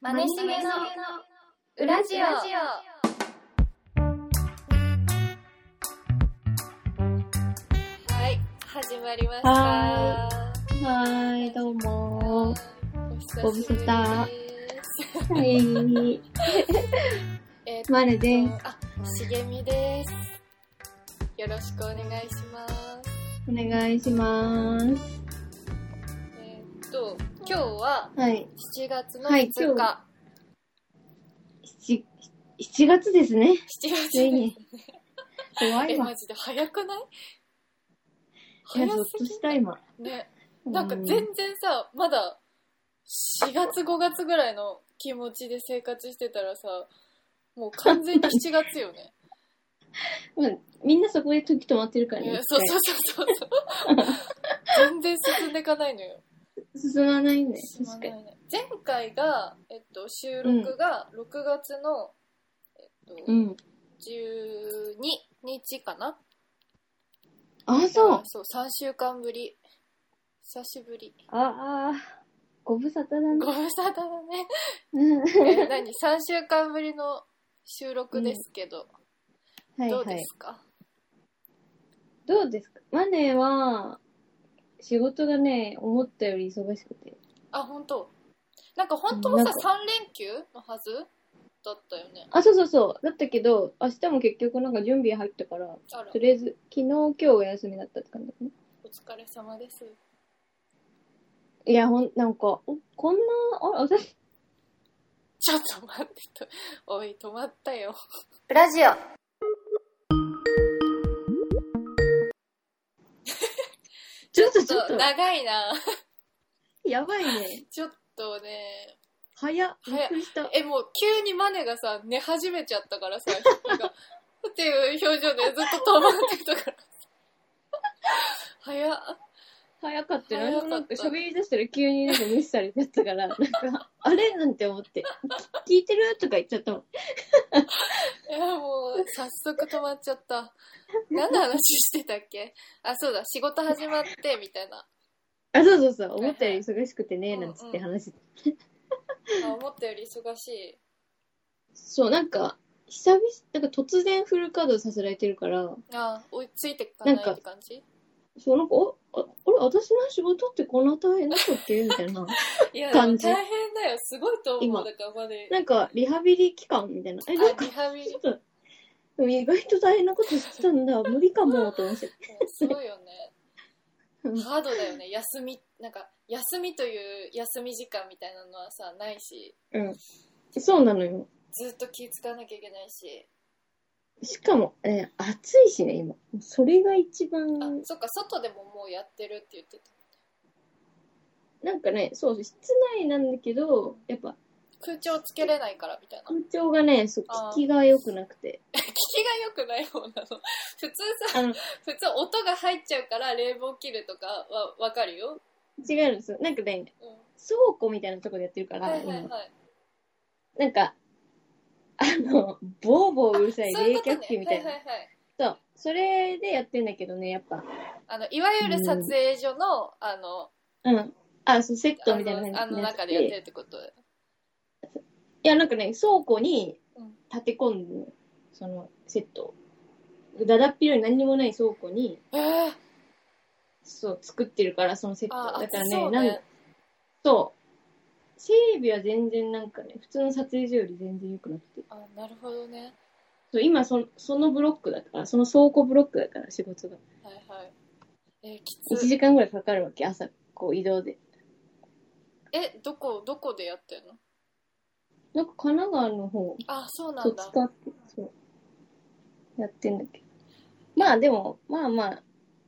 マネしめの裏ジオ。はい、始まりました。ははーい、どうもお久しぶりですご無沙汰ー。はい。えっとまるであ、茂みです。よろしくお願いします。す。お願いします。えっと、今日ははい。 7月の5日。はい今日7、7月ですね。 7月ついに。怖いえ、わ。マジで早くないいや、早ゾッすとした今。ぎね。なんか全然さ、まだ4月5月ぐらいの気持ちで生活してたらさ、もう完全に7月 よね。うん、うんみんなそこで時止まってるからいやね。そうそうそう そう。全然進んでいかないのよ。進まないね。進ま確なかいに。ね。前回が、えっと、収録が6月の、えっと、うん。 12日かなあ、そう。そう、3週間ぶり。久しぶり。ああ、ご無沙汰だね。ご無沙汰だね。うんえ何 ?3 週間ぶりの収録ですけど、 はいどうはでい。すかどうですかマネは、仕事がね、思ったより忙しくて。あ、本当。なんか本当はなんさ、か三連休のはずだったよね。あ、そうそうそう。だったけど、明日も結局なんか準備入ったから、あらと、りあえず、昨日、今日お休みだったって感じだね。お疲れ様です。いや、ほん、なんか、おこんな、あ、私、ちょっと待ってと、おい、止まったよ。ブラジオ。ちょっとちょっと、長いな。やばいね。ちょっとね。早っ、び早っっくりした。え、もう急にマネがさ、寝始めちゃったからさ、なんか、っていう表情でずっと止まってたから。早っ。早かったよ。早かったなんか喋り出したら急になんか無視されちゃった から、なんか、あれなんて思 って、き聞いてるとか言っちゃったもん。いや、もう、早速止まっちゃった。何の話してたっけあ、そうだ、仕事始まって、みたいな。あ、そうそうそう、思ったより忙しくてね、なんつってうん話してあ思ったより忙しい。そう、なんか、久々、なんか突然フル稼働させられてるから、あ追いついてかないって感じそう、なんか、おああれ、私の仕事ってこんな大変だったっけみたいな。 いや、でも大感変じだよ。すごいと思今う。だから、まで。なんか、リハビリ期間みたいな。え、なんあ、か、リハビちょリっ。と、でも意外と大変なことしてたんだ。無理かも、と思って。すごいよね。うんハードだよね。休み、なんか、休みという休み時間みたいなのはさ、ないし、うん。そうなのよ。ずっと気使わなきゃいけないし。しかも、え暑いしね、今。それが一あ番、、そっか、外でももうやってるって言ってた。なんかね、そう、室内なんだけど、やっぱ、空調つけれないから、みたいな。空調がね、そうあー聞きが良くなくて。聞きが良くない方なの。 普通さ、あの、普通音が入っちゃうから冷房切るとかはわかるよ。違うんですよ。なんかね、うん。倉庫みたいなとこでやってるから、はいはい今はい。なんか、あの、ボーボーうるさいそういう冷ことね却器みたいな。はいはいはい。そう、それでやってんだけどね、やっぱ。あの、いわゆる撮影所の、あの、うん。あ、そう、セットあみたいな感じのあの中でやってるってこと。いや、なんかね、倉庫にうん立て込んで、その、セットを。だだっ広い何にもない倉庫に、えー、そう、作ってるから、そのセットあを。だからそね、うなんね。そう。整備は全然なんかね、普通の撮影所より全然良くなくて。あ、なるほどね。そう、今そ、そのブロックだから、その倉庫ブロックだから、仕事が。はいはい。えーき1つ。時間ぐらいかかるわけ、朝、こう移動で。え、どこ、どこでやってんのなんか神奈川の方、あ、そうなそんうだ。使って、そう、やってんだけど。まあでも、まあまあ、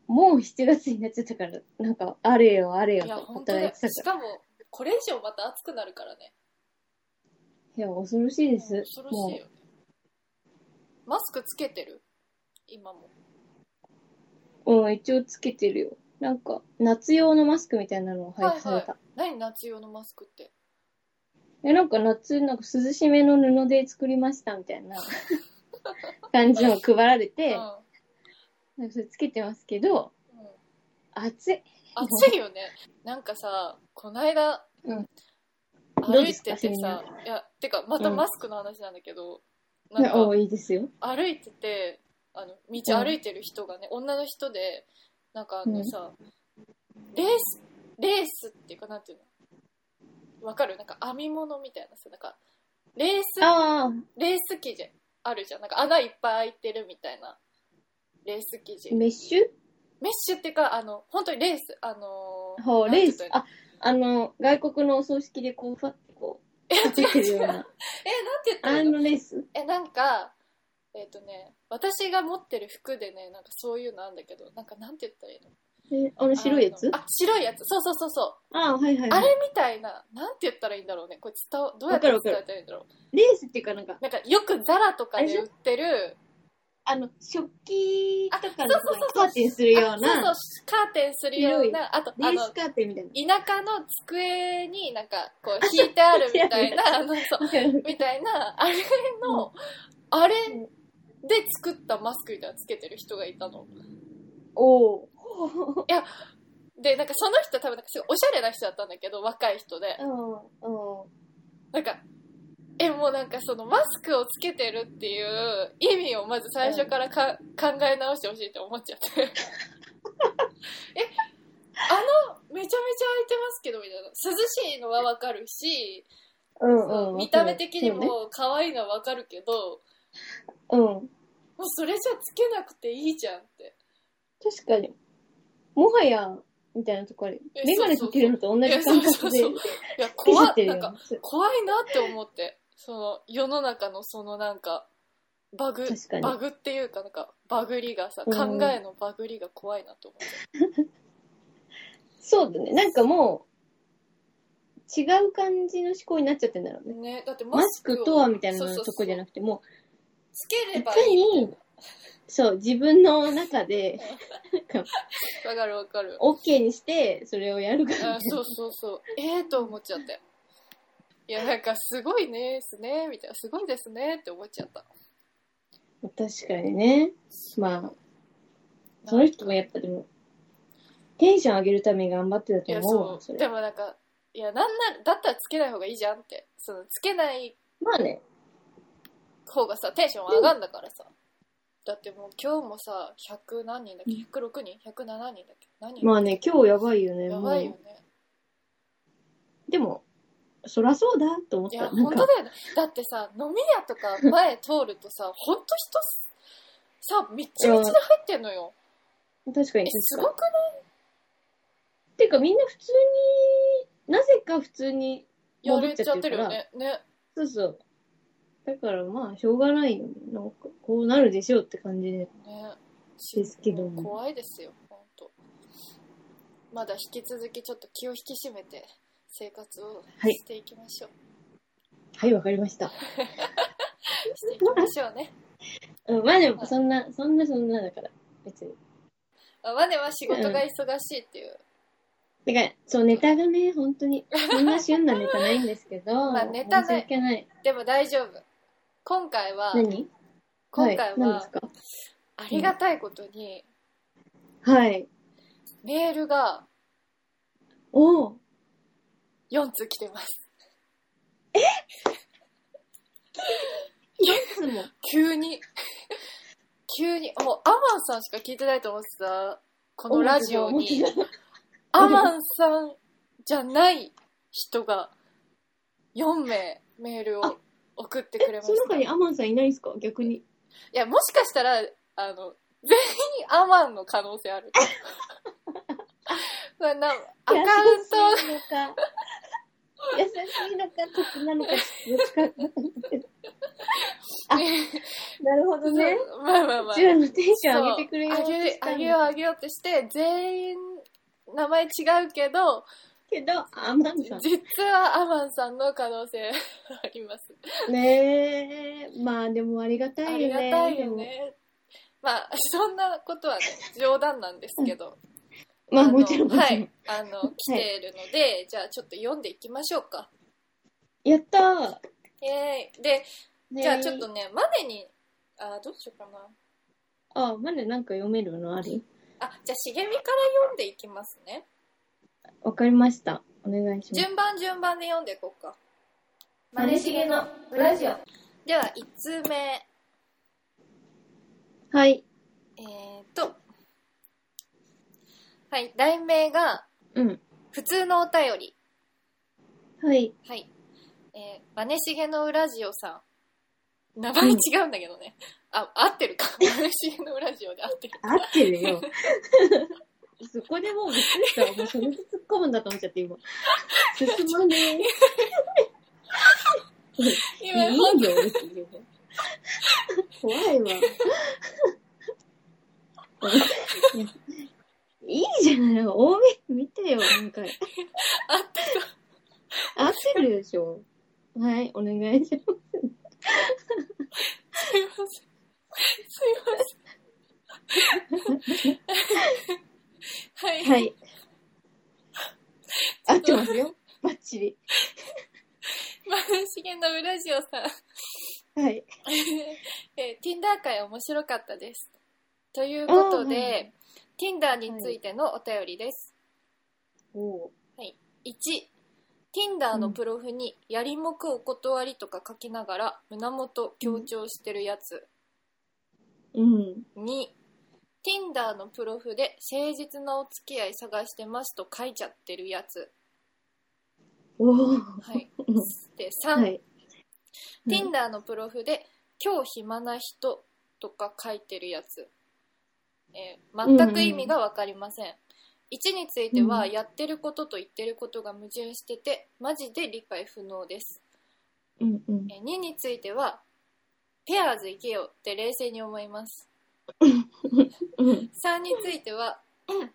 もう7月になっちゃったから、なんか、あれよあれよいや、と本当だ働いよてたしから。かも、これ以上また暑くなるからね。いや、恐ろしいです。恐ろしいよもね。マスクつけてる今も。う、うん、一応つけてるよ。なんか、夏用のマスクみたいなのを配布された。何夏用のマスクって。え、なんか夏、なんか涼しめの布で作りましたみたい な感じを配られうん。て、うなんかそれつけてますけど、ん暑い。暑いよね。なんかさ、こないだ、うんどう歩でいすてかてセミナさ、いや、てか、またうんマスクの話なんだけど、ーなんおか、ーいいですよ。歩いてて、あの、う道ん歩いてる人がね、女の人で、なんかあうのんさ、レース、レースっていうか、なんていうのわかるなんか編み物みたいなさ、なんか、レースあレース生地あるじゃん。なんか穴いっぱい開いてるみたいな。レース生地。あ、メメッシュッシュっていうか、あの、本当にレース、あのーほう、レーなスん。てあ、あの、外国のお葬式でこう、ふわってこう、かけてるよう な。言ったあらいいののレースえ、なんか、えっ、とね、私が持ってる服でね、なんかそういうのあんだけど、なんかなんて言ったらいいのえあの白いやつあのあ、白いやつ。そうそうそうそう。あーはいはいあはい。れみたいな、なんて言ったらいいんだろうね。これ伝わ、どうやってわ伝かるわかるえたらいいんだろう。レースっていうかなんか、なんかよくザラとかあれででしょ売ってる、あの、食器とかのあとこにそうそうそうカーテンするあようそうそなう、、カーテンするような、あと、レあーのス、カーテンみたいな。田舎の机になんかこう引いてあるみ たいな、あの、そう、みたいな、あれの、あれで作ったマスクみたいなのつけてる人がいたの。おお。で、なんかその人多分なんかすごいおしゃれな人だったんだけど、若い人でう。ん、うん。なんか、え、もうなんかそのマスクをつけてるっていう意味をまず最初からか、考え直してほしいって思っちゃって。え、あの、めちゃめちゃ空いてますけど、みたいな。涼しいのはわかるし、うんうん、見た目的にそうねも可愛いのはわかるけど、うんもうそれじゃつけなくていいじゃんって。確かにもはやみたいなとこあるえメガネかけるのと同じ感覚でそ うそういや、つけち怖ゃっってるなよんねか、そう怖いなって思って。その、世の中のそのなんか、バグ確か、にバグっていうか、なんか、バグりがさ、う考んえのバグりが怖いなと思って。そうだねなんかもう違う感じの思考になっちゃってんだろうねね、だってママススククをとはみたいそなうそうそとうこじゃなくてもつけうれいばかいい。にそう自分の中でわかるわ かる。 OK にしてそれをやるかあらそうそうそう。ええと思っちゃって。いや、なんか、すごいねですね、みたいな。すごいですねって思っちゃった。確かにねまあその人もやっぱでもテンション上げるために頑張ってたいとや、思うわそ。そうれでもなんか、いや、なんなら、だったらつけない方がいいじゃんって。その、つけないまあね方がさ、テンション上がんだからさ。だってもう今日もさ、100何人だっけ ?106 人 ?107 人だっけ何人まあね今日やばいよねやばいよもね。うでもそらそうだと思っいや、たなん本当かだよね。だってさ、飲み屋とか前通るとさ、ほんと人す、さ、みっちみちで入ってんのよ。確かえ、にす確ごかにくないてかみんな普通になぜか普通にや戻っれちちゃゃっっててるるからよね。ね。そうそうだからまあしょうがないよねなんかこうなるでしょうって感じでね。ですけども怖いですよ、本当。まだ引き続きちょっと気を引き締めて生活をはいしていきましょう。はいわかりました、していきましょうね。うん、まあでもそんなそんなそんなだから別にあマネは仕事が忙しいっていう。だからそうネタがね本当にそんな旬なネタないんですけどまあネタな申いし訳ないでも大丈夫。今回は、何今回い、何ではす、かありがたいことに、はいメールがおお4通来てます。いつも急に、急に、もうアマンさんしか聞いてないと思ってた、 このラジオに。アマンさんじゃない人が4名メールを送ってくれましそのた。中にアマンさんいないんですか逆に。いや、もしかしたら、あの、全員アマンの可能性ある。 そんな、アカウント、優しいのか、優しいのか、敵 なのか、よくわかんないけど。あ、なるほどね。 まあまあまうあ。ちらのテンション上げてくれようそうとあげしたあんげようだあげようってして、全員、名前違うけど、けど、アマンさ実はアマンさんの可能性あります。ん。ねえ、まあでもありがたあいりよがね。たいよね。まあ、そんなことはね、冗談なんですけど。でも。まあのもちろん、もはちろんい。あの、来ているので、じゃあちょっと読んでいきましょうか。やったーイエーイ。で、ねえじゃあちょっと。ね、マネに、あ、どうしようかな。あ、まだなんか読めるのあるあ、じゃあ、しげみから読んでいきますね。わかりました。お願いします。順番順番で読んでいこうか。マネしげのブラジオ。では、1通目。はい。えー、と。はい、題名が、うん。普通のお便り。はい。はい。えー、バネシゲのウラジオさん。名前違うんだけどね。あ、合っ てるか。バネシゲのウラジオで合ってる。合ってるよ。 そこでもうびっくりした。もうそれで突っ込むんだと思っちゃって、 今。進まねえ。い今、いほんよ、別に。怖いわ。いやいいじゃない多め見てよ、なんか。合ってる。合ってるでしょ。はい、お願いしますいません。すいません。す。は。はいい。合ってますよ。バッチリ。バネシゲのウラジオさん。はい。えー、Tinder 会面白かったです。ということで、Tinder についてのお便りです。おう1 Tinder のプロフに「やりもくお断り」とか書きながら胸元強調してるやつ、うん。 2 Tinder のプロフで「誠実なお付き合い探してます」と書いちゃってるやつ、おお。はい、で3、はい。 Tinder のプロフで「今日暇な人」とか書いてるやつ、えー全く意味が分かりません、1についてはうんやってることと言ってることが矛盾しててマジで理解不能ですうんうん。えー2についてはペアーズ行けよって冷静に思いますうん。 3についてはうん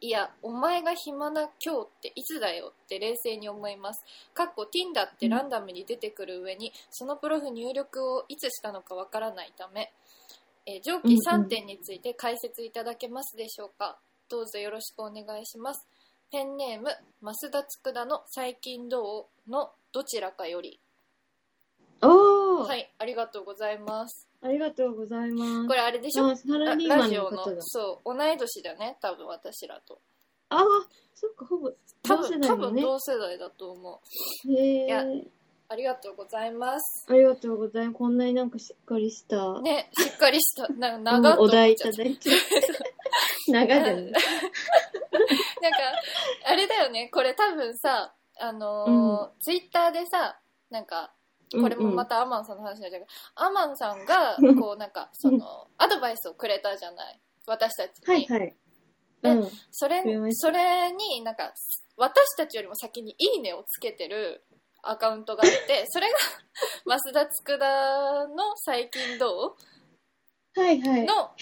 いやお前が暇な今日っていつだよって冷静に思いますかっこ Tinder ってランダムに出てくる上にそのプロフ入力をいつしたのかわからないため、えー上記うんう3ん点について解説いただけますでしょうかどうぞよろしくお願いしますペンネーム増田佃の最近どうのどちらかよりおお、はいありがとうございますありがとうございます。これあれでしょあサララリーマランジのオ方だ。のそう同い年だね多分私らとああ、そっか、ほぼ、多同世分代の多分ね。同世代だと思うへいやえ。ありがとうございますありがとうございます。こんなになんかしっかりした、ねしっか りしたなんかうん長っおと思っちゃ題いったただい て。長いじゃないなんかあれだよねこれ多分さあのツイッター Twitter でさなんか これもまた。たアマンさんの話になっちゃうけど、アマンさんが こうなんかそのアドバイスをくれたじゃない私たちに、はいはい。うん。それくれましそれになんか私たちよりも先に「いいね」をつけてるアカウントがあ ってそれが増田佃の「最近ど?」はいうはい。の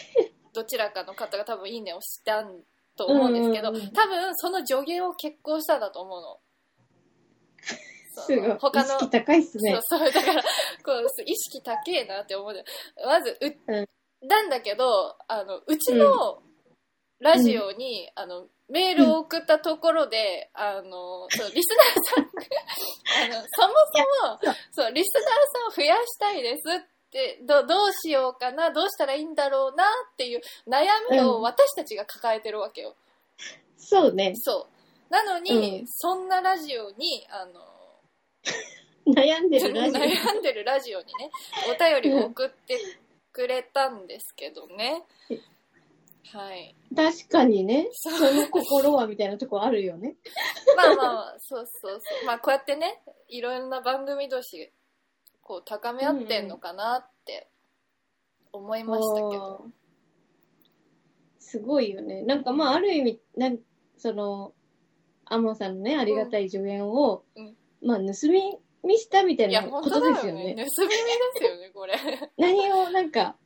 どちらかの方が多分「いいね」をしたんと思うんですけど、うんうんうん多分その助言を結婚したんだと思 うの。すごい。他意の識高いっすね。そうそうだからこう意識高えなって思うんだよまずう、うんなんだけどあのうちのラジオに、あのメールを送ったところで、あのそうリスナーさんあのそもそもそうリスナーさんを増やしたいですってどどうしようかなどうしたらいいんだろうなっていう悩みうをん私たちが抱えてるわけよ。そうね。そうなのに、うんそんなラジオにあの悩んでるラジ 悩んでるラジオにねお便りを送ってくれたんですけどね、はいオ。確かにね。そうその心はみたいなとこあるよね。まあまあまあそうそうそうまあこうやってねいろんな番組同士こう高め合ってんのかなって思いましたけど、あーすごいよね。なんかまあ、ある意味、なんその、アモンさんのね、ありがたい助言を、うんまあ、盗み見したみたいいやな本こと当だですよよねね。盗み見ですよねこれ何を、なんか、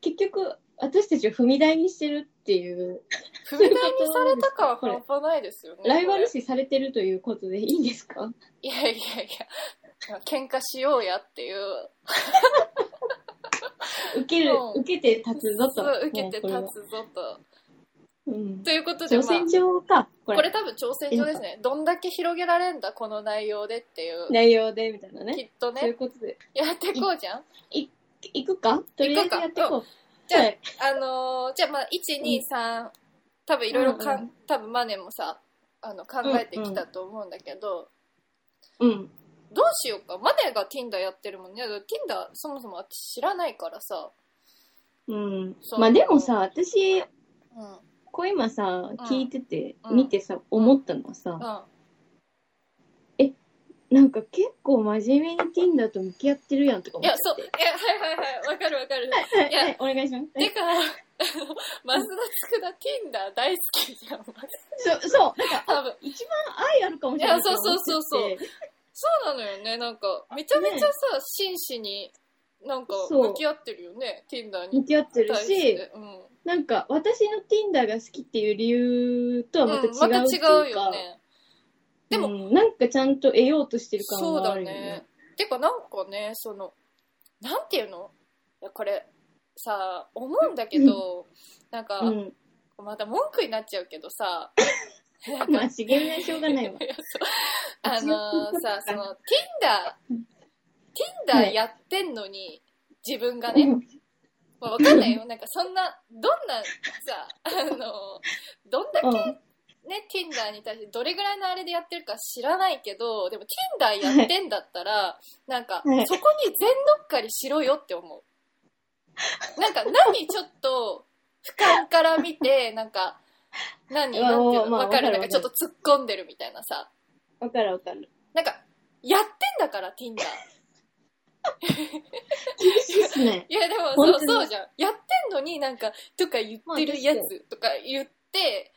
結局、私たちを踏み台にしてるっていう、踏み台にされたかは半端ないですよねライバルこ視されてるということでいいんですかれいやいやいや喧嘩しようやっていう受けるう、ん受けて立つぞと。そう受けて立もうこつぞとれはうんと。いうことで挑まあ戦状か、ここれ。れ多分挑戦状ですねどんだけ広げられんだこの内容でっていう、内容で、みたいなきね。っとそういうねことで。やってこうじゃんいくかとりあえずやってこう。じゃあはいあのーじゃあまあ123、多分いろいろかん、うんうん多分マネもさあの考えてきたと思うんだけど、うん。どうしようか。マネが Tinder やってるもんね。だから Tinder そもそも私知らないからさ。うんそうまあでもさ、私、うん。うん。こう今さ、聞いてて、うん見てさ、思ったのはさ、あなんか結構真面目に Tinder と向き合ってるやんとか思いっやて、。そう。いや、はいはいはい。わかるわかる。え いやえお願いします。てか、マスダつくだ Tinder 大好きじゃん。そう、そう、多分。一番愛あるかもしれないいやそうそうそうそうう。そうなのよね。なんか、めちゃめちゃさ、真摯に、なんか、そう向き合ってるよね。Tinder 向にき合ってる対しし、て。うん。なんか私の Tinder が好きっていう理由とはまた違ううん、まっていうか、た違うよね。でもうんなんかちゃんと得ようとしてる感そうがあだるよねね。。てかなんかね、その、なんていうのいやこれ、さ、思うんだけど、なんか、うん。また文句になっちゃうけど さ、なんまあ、茂みはしょうが ないわ。いやそうあのさ、その、Tinder、は Tinder いやってんのに、自分がね、まあ、わかんないよ。なんかそんな、どんなさ、あの、どんだけうんね、Tinder に対してどれぐらいのあれでやってるか知らないけど、でも Tinder やってんだったら、なん か、そこはにい全乗っかりしろよって思う。なんか、何ちょっと、俯瞰から見て、なんか、何うわなんていうのまあわかるわかるなんかちょっと突っ込んでるみたいなさ。わかるわか る。なんか、やってんだから、Tinder。厳しいっすね。いやでも本そう当にそうじゃんやってんのになんかとか言ってるやつとか言って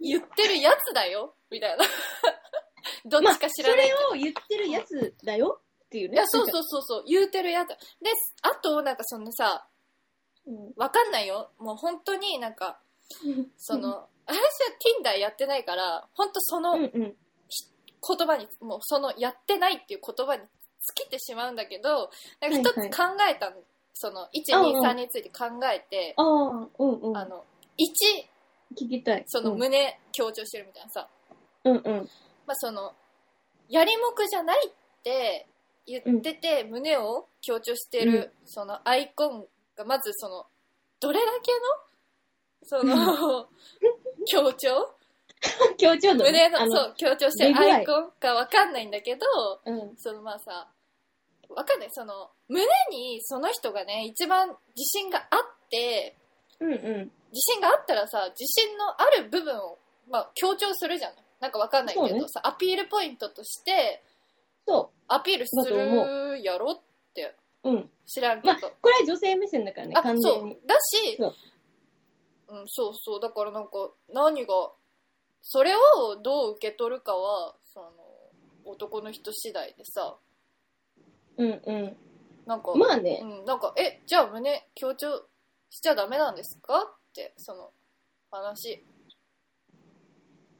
言ってるやつだよみたいな どっちか知らそない、れを言ってるやつだよっていうね。いやそうう。そうそうそう言うてるやつであとなんかそのさうんわかんないよもう本当になんかその、私は Tinder やってないから本当そのうんうん。言葉にもうそのやってないっていう言葉に尽きてしまうんだけどなんか一つ考はいはいえたの、そのうんう123んについて考えて、ああ、うんうん。あの1聞きたい。そのうん胸強調してるみたいなさ、うんうん。まあその、やりもくじゃないって言ってて、胸を強調してる、うんそのアイコンが、まずその、どれだけの、その、 強調強調度ね。胸の、あそう、強調してる出具合アイコンかわかんないんだけど、うん。そのまあさ、わかんない、その、胸にその人がね、一番自信があって、うんうん。自信があったらさ自信のある部分を、まあ、強調するじゃないなんかわかんないけどさ、そうねアピールポイントとしてそアピールすだとるやろってう。うん。知らんけまあ、ど、これは女性目線だからね、あ完そ全うに。だしそううん、そうそうだからなんか何がそれをどう受け取るかはその男の人次第でさうんうなんか、ん。まあねう、ん、なんかえじゃあ胸強調しちゃダメなんですかってその話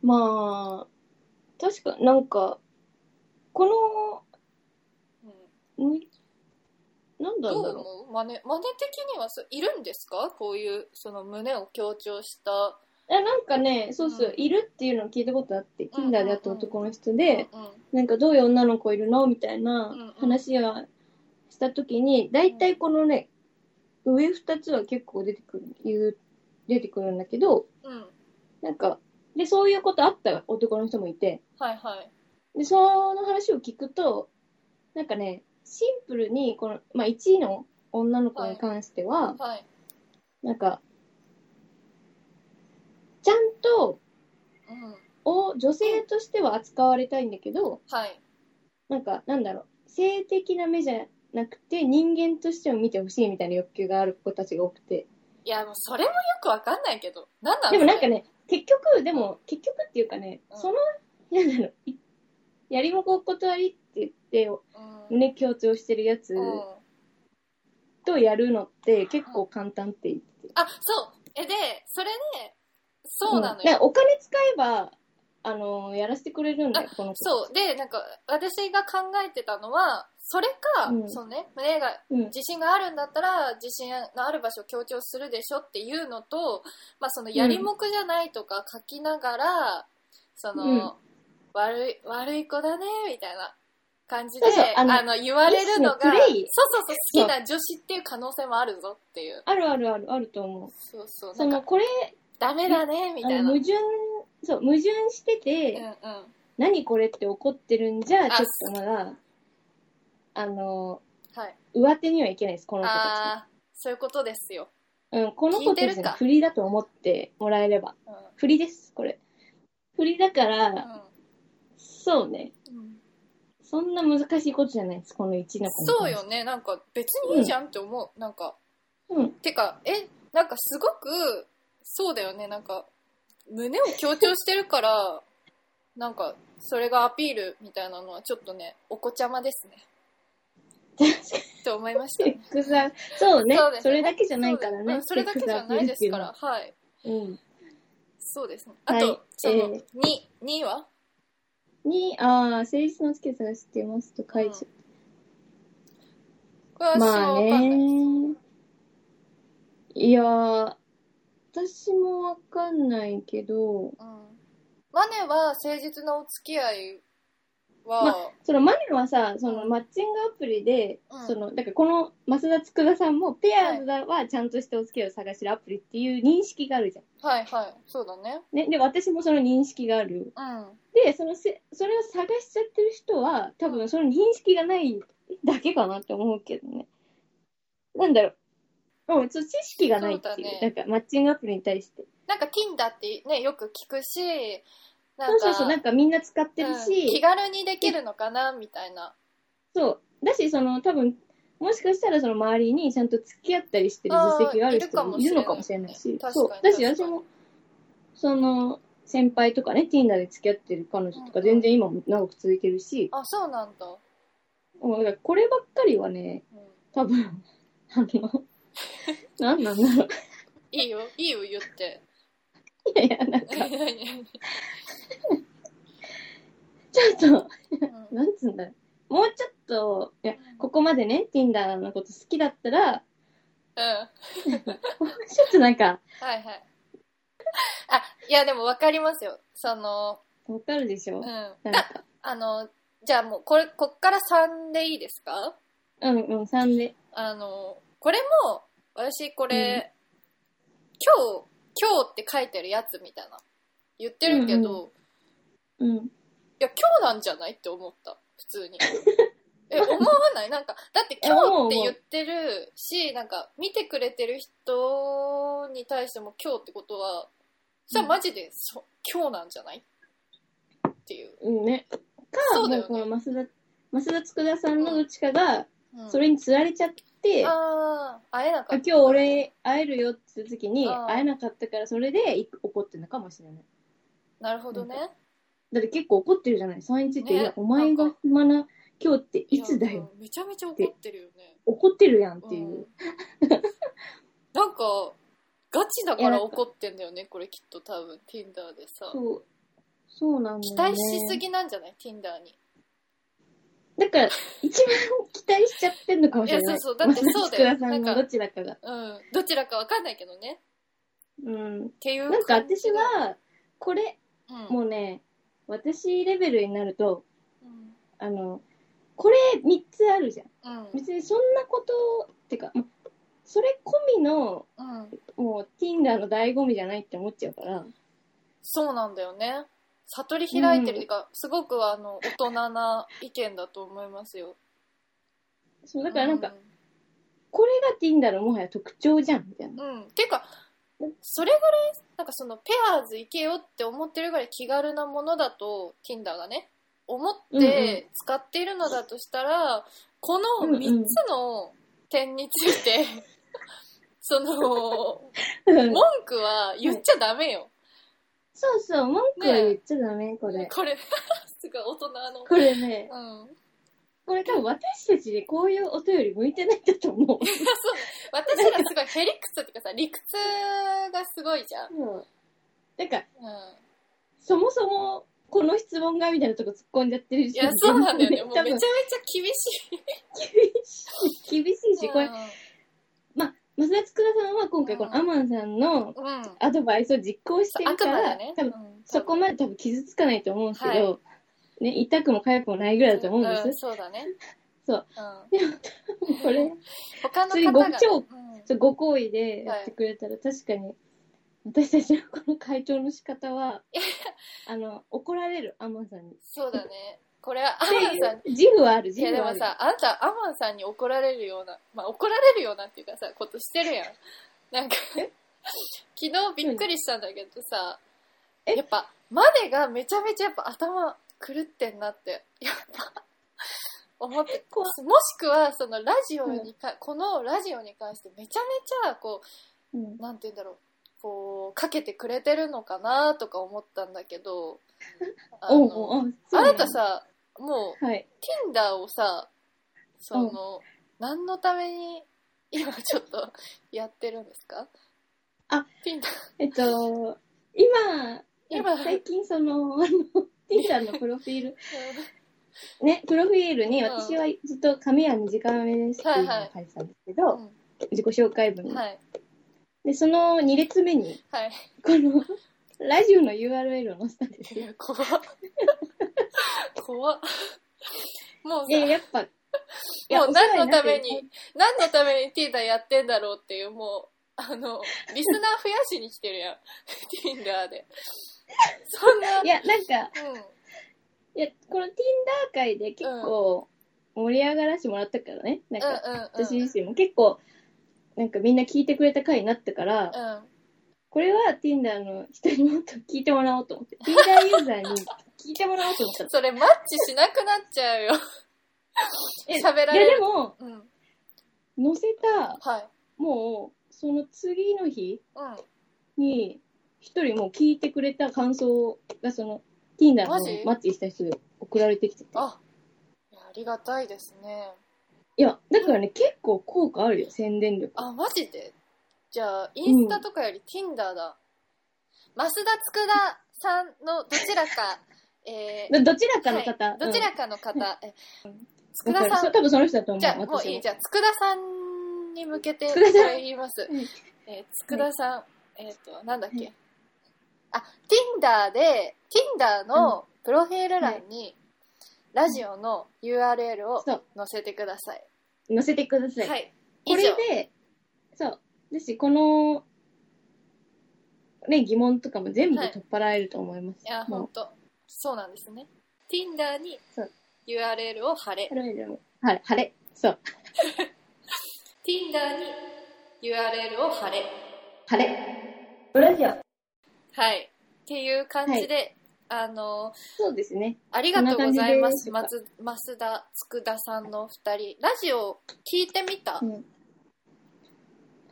まあ、確か、なんか、こうんの、んなんだどうろ思う真似真似的にはそういるんですかこういうその胸を強調した、う。いや、なんかね、そうそうう、んいるっていうのを聞いたことあって、うんうん Tinder で会った男の人で、うんうん、なんかどういう女の子いるのみたいんうんな話をしたときに、だいたいこのね、上二つは結構出てくる、言う、出てくるんだけど、うん、なんか、で、そういうことあった男の人もいて、はいはいで、その話を聞くと、なんかね、シンプルに、この、まあ、1位の女の子に関しては、はいなんか、ちゃんと、うんを女性としては扱われたいんだけど、はいなんか、なんだろう、性的な目じゃなくて、人間としても見てほしいみたいな欲求がある子たちが多くて。いやもうそれもよくわかんないけどなんなのでもなんかね、結局、でも、結局っていうかね、うんその、なんだろう、いやりもこお断りって言って、うん、胸強調してるやつ、うん、とやるのって結構簡単って言ってて。あそうえでそれねそうなのんだよ、からお金使えば、あのやらせてくれるんだよ、この子。そうでなんか私が考えてたのはそれか、うんそのね胸がうん。自信があるんだったら自信のある場所を強調するでしょっていうのと、まあ、そのやりもくじゃないとか書きながら、その、うん悪い悪い子だねみたいな感じでそうそうああのの言われる一のが種のそプうそうレイそう好きな女子っていう可能性もあるぞっていうあるあるある、あると思う。そうそうなそんの、かこれ、ダメだねみあたいのな、矛盾、そう、矛盾してて、うんうん、何これって怒ってるんじゃ、あちょっとまだ、あの、はい。上手にはいけないです、この子たああ、そういうことですよ。ち。うん、この子た聞いてちるのか振りだと思ってもらえれば。うん。振りです、これ。振りだから、うそうね。んうんそんな難しいことじゃないです、この1の子のそうよね。なんか別にいいじゃんって思う。なんか、うん。てか、え、なんかすごく、そうだよね。なんか、胸を強調してるから、なんか、それがアピールみたいなのはちょっとね、お子ちゃまですね。確かと思いましたに、。エクザそうねそうですねそれだけじゃないからね。そうですうんそれだけじゃないですから、はい。エクザっていうのは。うん。そうですね。あはいと、その、え2ー、 2はに、ああ、誠実の月を探してますと解除。これは私まはあわかんない。ね。いやー、私もわかんないけど、うん。マネは誠実なお付き合いまは、そのマネはさ、そのマッチングアプリで、うんその、だからこの増田つくださんも、ペアーズだはちゃんとしてお付き合いを探してるアプリっていう認識があるじゃん。はいはい、そうだね。ね。で、私もその認識がある。うん。で、そのせ、それを探しちゃってる人は、多分その認識がないだけかなって思うけどね。なんだろう。うん、そう、知識がないっていう。そうだねなんか、マッチングアプリに対して。なんか、Tinder ってね、よく聞くし、なそんうか、そうそう、なんかみんな使ってるうん気し、軽にできるのかな、みたいな。そう。だし、その、多分、もしかしたらその周りにちゃんと付き合ったりしてる実績がある人あもーいいるるのかかももししれれなないいし、確かそにう。だし、私確かにも、その、先輩とかね、Tinder で付き合ってる彼女とか全然今も長く続いてるし、あ、そうなんだ。うんだからこればっかりはね、うん、多分、 あの、なんなんだろう。 いいよ、いいよ、言って。いやいや、なんか、うちょっと、んなんつうんだろう。もうちょっと、いや、ここまでね、Tinder のこと好きだったら、うん。はもうちょっとなんか、いはい。あ、いや、でも分かりますよ。その、わかるでしょうん。なんだか、あの、じゃあもう、これ、こっから3でいいですかうんうん、3で。あの、これも、私これ、今日、今日って書いてるやつみたいな、言ってるけど、うんうん。いや、今日なんじゃないって思った。普通 に。え、思わないなんか、だって今日って言ってるし、なんか、見てくれてる人に対しても今日ってことは、じゃあマジで、そ今日なんじゃないっていう。うんね。か、そうだもうよねこの増田、増田佃さんのどっちかが、うんそれに釣られちゃって、ああー、会えなかった。今日俺会えるよって言った時に、あー会えなかったから、それでい怒ってるのかもしれない。なるほどね。だって結構怒ってるじゃない ?3-1 って、ねいや、お前が暇な今日っていつだやよ。。めちゃめちゃ怒ってるよね。怒ってるやんっていう。うんなんか、ガチだから怒ってんだよね、これきっと多分、Tinder でさ。そう。そうなんだ、ね。期待しす。ぎなんじゃない ?Tinder に。だから、一番期待しちゃってんのかもしれない。いやそうそうだってそうだよ松田さんのなんかどちらかが。うん。どちらかわかんないけどね。うん。っていうなんか感私じだ、は、これ、うん、もうね、私レベルになると、うん、あの、これ3つあるじゃん。うん、別にそんなこと、ってか、まそれ込みの、うん。もう Tinder の醍醐味じゃないって思っちゃうから。そうなんだよね。悟り開いてるっていうか、すごくあの、大人な意見だと思いますよ。そう、だからなんか、うこれが Tinder のもはや特徴じゃん、みたいな。ん。うん。ていうか、それぐらい、なんかその、ペアーズ行けよって思ってるぐらい気軽なものだと、Tinder がね、思っうんうて使っているのだとしたら、この3つの点について、 その、うん文句は言っちゃダメよ。 そうそう、文句は言っちゃダメ、これ。これ、 すごい大人の。これね、うん。これ多分私たちにこういうお便り向いてないんだと思う。私らすごいヘリクスっていうかさ、理屈がすごいじゃん。そうなんか、うそもそも、この質問がみたいなとこ突っ込んじゃってるん。いし。 や、そうなんだよね。も多うめちゃ分めちゃ厳しい。 厳しいし、これう、んまあ、増田つくださんは今回このアマンさんのうん。そうアドバイスを実行してあるくかまら、でね。多分うんそこまで多分傷つかないと思うんですけど、はね、痛くも痒くもないぐらいだと思うんです。うんそうだね。そう。うん。 これ、他の普通に方ごがね。長うんそうご好意でやってくれたら、確かに私たちのこの回答の仕方はあの怒られるアマンさんにそうだね。これはアマンさんっていう自負はある、い自やで負はあもる。さ、あんた、アマンさんに怒られるような、まあ怒られるようなっていうかさ、ことしてるやん。なんか、 昨日びっくりしたんだけどさ、えやっぱ、マネがめちゃめちゃやっぱ頭狂ってんなって、やっぱ、思って、も怖いしくは、そのラジオにか、このラジオに関してめちゃめちゃ、こうんう、なんて言うんだろう、こう、かけてくれてるのかなとか思ったんだけど、あおうのおうおうそうあねなたさ、もう、はい。 Tinder をさ、その、何のために今ちょっとやってるんですかあ、 Tinder。えっと、今、今最近その、 あの、Tinder のプロフィール、ね、プロフィールにうん私はずっと髪は短めですっていうのを書いてたんですけど、うん自己紹介文に、はい。で、その2列目に、はい。この、ラジオの URL を載せたんですいよ。や、怖っ。 怖っ。もういや、さ、やっぱ、いもう何のためお世話に、何のために Tinder やってんだろうっていう、もう、あの、リスナー増やしに来てるやん。Tinder で。そんな、なっていや、なんか、うん。いや、この Tinder 界で結構盛り上がらせてもらったからね。なんか、うんうんうん。私自身も結構、なんかみんな聞いてくれた回になったから、うん。これは Tinder の人にもっと聞いてもらおうと思って、Tinder ユーザーに聞いてもらおうと思ったのそれマッチしなくなっちゃうよ。 え喋ら いや、れでる。も、うん。載せた、はい。もう、その次の日うん。に、一人もう聞いてくれた感想が、その、Tinder のマジマッチした人で送られてきてて。あ、いやありがたいですね。いや、だからね、結構効果あるよ、宣伝力。あ、マジでじゃあ、インスタとかより Tinder だ。増田佃さんのどちらか、えーどどちらかの方。はいどちらかの方、え、佃だからさそん、多分その人だと思う。じゃあ、もういい、私じゃあ、佃さんに向けて、こ佃さんれ言います。うんえー、佃さん、えっ、と、なんだっけ、あ、Tinder で、Tinder のプロフィール欄に、ラジオの URL をそう載せてください。載せてください。はい。以これ上。で、そう。私、この、ね、疑問とかも全部はい取っ払えると思います。いや、ほんもと。そうなんですね。Tinder にそう URL を貼れう、。晴れる。晴れ、晴れ。そう。 Tinder に URL を貼れ。晴れ。ラジオ。はい。っていう感じで、あの、そうですね。ありがとうございまこす。んな感松増田、佃さんのお二人。ラジオ聞いてみた、うん。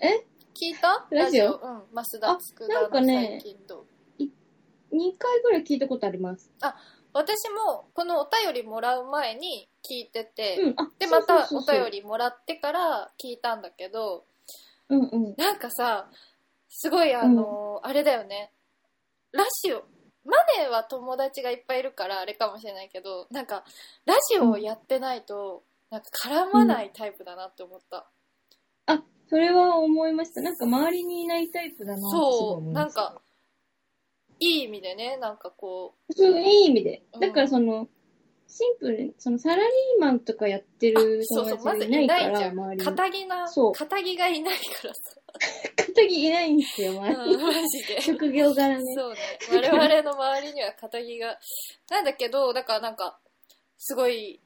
え聞いたラジオうん。増田、あなん佃かのね最近どう、 ?2 回ぐらい聞いたことあります。私も、このお便りもらう前に聞いてて、うん。あ、で、またそうおそうそう便。りもらってから聞いたんだけど、うんうん。なんかさ、すごいあのあれだよね。ラジオ。マネーは友達がいっぱいいるからあれかもしれないけど、なんか、ラジオをやってないと、なんか絡まないタイプだなって思った。それは思いました。なんか周りにいないタイプだなってすごいそ思う、いなまんすか、いい意味でね、なんかこそう、いい意味でうん。だからその、シンプルに、そのサラリーマンとかやってう、ある友そうそう、達まがずいいないなかいじら、ゃん。周りに。片木な、そう片木がいないから 片木いないんですよ、周さ。り。うん、マジで。職業柄ね。そうね。我々の周りには肩着が。なんだけど、だからなんか、すごい、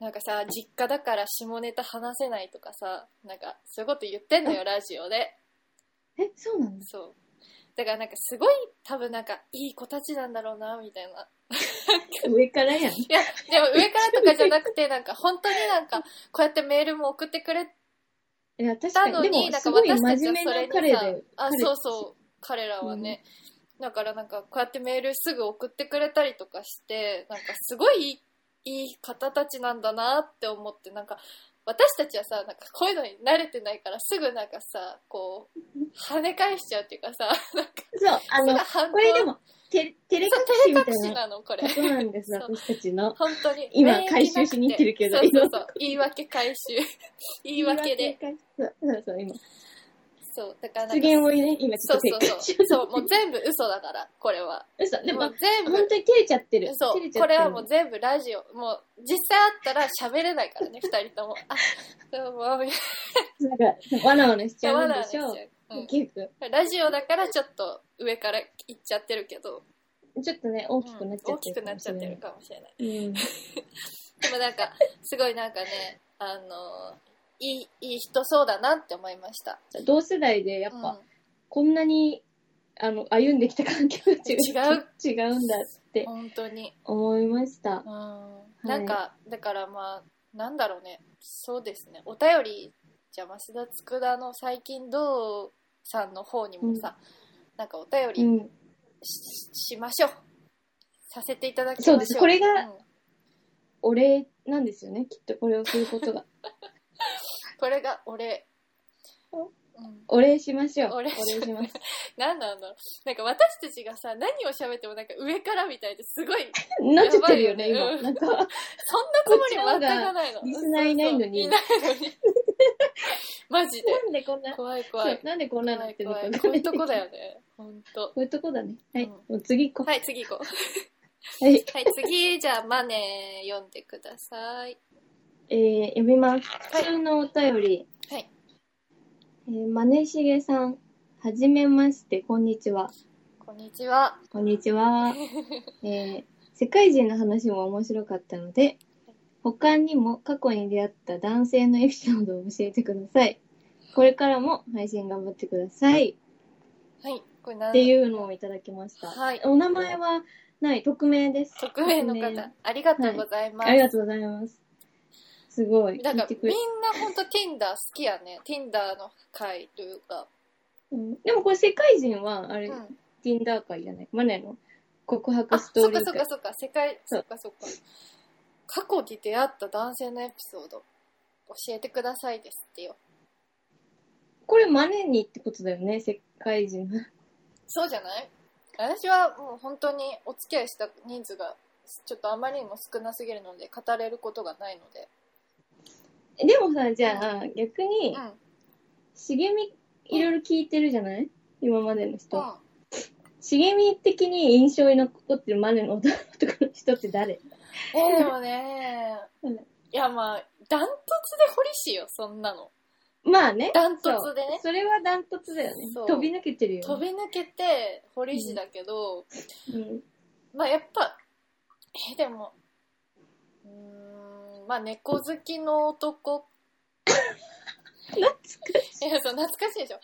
なんかさ、実家だから下ネタ話せないとかさ、なんか、そういうこと言ってんのよ、ラジオで。え、そうなんです。そう。だからなんか、すごい、多分なんか、いい子たちなんだろうな、みたいな。 上からやん。いや、でも上からとかじゃなくて、なんか、本当になんか、こうやってメールも送ってくれいや、確たかのに。でに、も、なんすかごい私た真ち面目はそれなに彼さで。、あ、彼そうそう、彼らはね、だからなんかこうやってメールすぐ送ってくれたりとかして、なんかすごいいいいい方たちなんだなって思って、なんか私たちはさ、なんかこういうのに慣れてないからすぐなんかさ、こう、跳ね返しちゃうっていうかさ、なんかそう、あすぐの、反これでも、て照れ隠そうしみた隠いなしなの、これこ。となんです、そう私たちの。本当に。今免疫回収しに行ってるけどなくてそうそうそう。言い訳回 収。言い訳で。。そうそうそう、今。そう。だからなん発か言をね、今ちそょうっとそうそう。そう、もう全部嘘だから、これは。う。嘘、でもも、う全部本当に照れちゃってる。そ照れう、ちゃこってれるはもう全部ラジオ。もう、実際会ったら喋れないからね、 二人とも。あ、どうも、みなんか、わなわなしちたいゃな。うわんなわなでしちしゃょうう。結局。うんラジオだからちょっと上から行っちゃってるけど。ちょっとね、大きくなっちゃ大ってきるかくなっもしちゃれっなてるい。かもしれない。うん。でもなんか、すごいなんかね、あのいい、いい人そうだなって思いました。同世代でやっぱ、うんこんなにあの歩んできた環境が違う 違うんだって本当に。思いましたう。ん。いなんか、だからまあ、なんだろうね。そうですね。お便り、じゃあ、増田つくだの最近どうさんの方にもさ、なんかお便うりん、し,、ましょう。させていただきましょう。そうですこれがうんお礼なんですよね、きっとこれをすることが。 これが俺。おうんお礼しましょう。お礼しします。何なんだろうなんか私たちがさ何を喋ってもなんか上からみたいですごいなっちゃってるよね、やばい今。よねなんか、そんなつもり全くないの。こっちの方がリスナーいないのにそうそういないのに。 マジで。なんでこんな、怖い怖そうい。なんでこんな怖のっいて怖い。のこかういうとこだよね。ほんとこ。ういうとこだね。はい。うんもう次行こはい、次行こう。う。はい。はい、次、じゃあ、マネー読んでください。えー、読みます。は普い通のお便り。はい。えー、まねしげさん。はじめまして、こんにちは。こんにちは。こんにち は。えー世界人の話も面白かったので、他にも過去に出会った男性のエピソードを教えてください。これからも配信頑張ってください。はい、これ何っていうのをいただきました。はいお名前はない、匿名です。匿名の匿方、ありがとうございます。ありがとうございます。すごい。な言んかっ、てみんくれなほんと Tinder 好きやね。Tinder の回というか。うんでもこれ世界人は、あれ、うん。 Tinder 会じゃない。マネの告白あ、ストそーっリかーそ会っか。そっか。世界、そそうっかそっか。過去に出会った男性のエピソード、教えてくださいですってよ。これマネにってことだよね、世界人の。そうじゃない私はもう本当にお付き合いした人数がちょっとあまりにも少なすぎるので語れることがないので、でもさ、じゃあ、逆にう、ん茂み、いろいろ聞いてるじゃない今までの人。うん茂み的に印象に残ってるマネの男の人って誰えーでもねうんいやまあダントツで堀氏よそんなのまあね。ダントツでねそれはダントツだよね。そう飛び抜けてるよ、ね。飛び抜けて堀氏だけど、うん。まあやっぱえーでもうーんまあ猫好きの男懐かしいや、そう、懐かしいでしょ。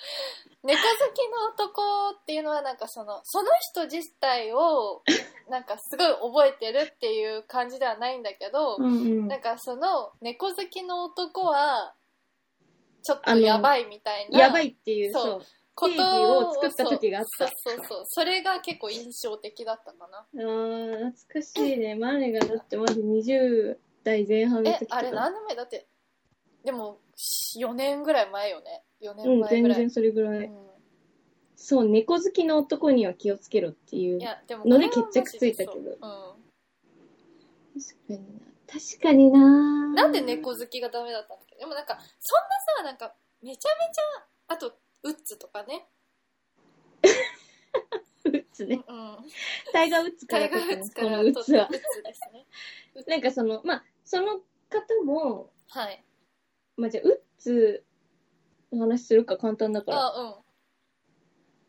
猫好きの男っていうのは、なんかその、その人自体を、なんかすごい覚えてるっていう感じではないんだけど、い。うんうんなんかその、猫好きの男は、ちょっとやばいみたいな。やばいっていう、そうそう。こ定義とを作った時があったそうそうそうそう。それが結構印象的だったかな。あー懐かしいね。マネがだってまず20代前半のえ時と、か。あれ何年前だって、でも、4年ぐらい前よね。4う年ん、前ぐ全らい。然それぐらい。うんそう、猫好きの男には気をつけろっていう。い確や、でも、ので決着ついたけどうん。かにな。確かにな。なんで猫好きがダメだったんだっけでもなんか、そんなさ、なんか、めちゃめちゃ、あと、ウッズとかね。ウッズね。うん。タイガーウッズかタらイガ取っーたウッのズかこらのウ取ったッウッズズは。で すね。なんかその、まあ、その方も、はい。まあ、じゃあ、ウッズの話するか簡単だから。あ、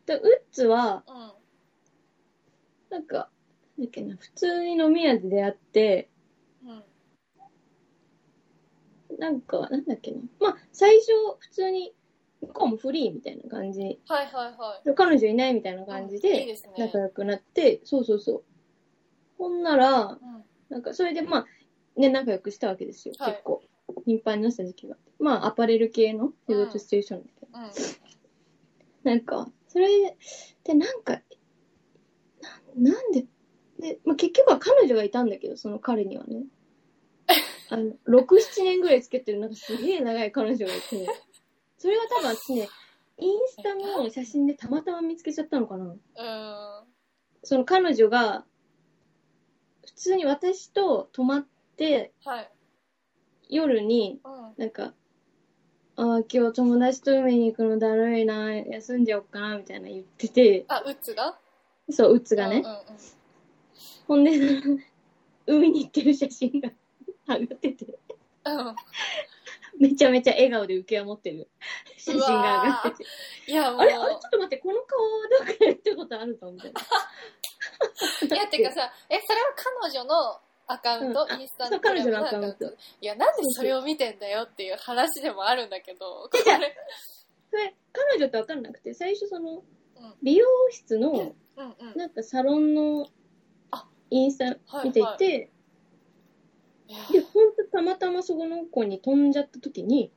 でウッズは、うん。うん。なんか、なんだっけな、普通に飲み屋で出会って、うん。なんか、なんだっけな。まあ、最初、普通に、向こうもフリーみたいな感じ。はいはいはい。彼女いないみたいな感じうんいいで、ですね。仲良くなって、そうそうそう。ほんなら、うん。なんか、それでまあ、ね、仲良くしたわけですよ。はい結構。頻繁になった時期が。まあ、アパレル系の仕事シチュエーションだけど。うん。なんか、それで、なんか、ななんで、で、まあ、結局は彼女がいたんだけど、その彼には ね。あの、6、7年ぐらいつけてる、なんかすげえ長い彼女がいて、それが多分私ね、インスタの写真でたまたま見つけちゃったのかな。うん。その彼女が、普通に私と泊まって、はい。夜に、うん。なんか、ああ、今日友達と海に行くのだるいな、休んじゃおっかな、みたいな言ってて、あ、ウッズがそう、うつがうんうんね。うん。ほんで、海に行ってる写真が 上がってて、うん、めちゃめちゃ笑顔で受け持ってる写真が上がってて。いやもうあれあれちょっと待って、この顔どっかで見たことあるぞみたいな。いや、てかさ、え、それは彼女のアカウント、うんあインス タそうの彼女のアカウント。いや、なんでそれを見てんだよっていう話でもあるんだけど、こじゃあれ、それ、彼女ってわかんなくて、最初そのうん、美容室の、うんうん。なんかサロンのあインスタはい見ていはいて、 いやで、ほんとたまたまそこの子に飛んじゃった時に、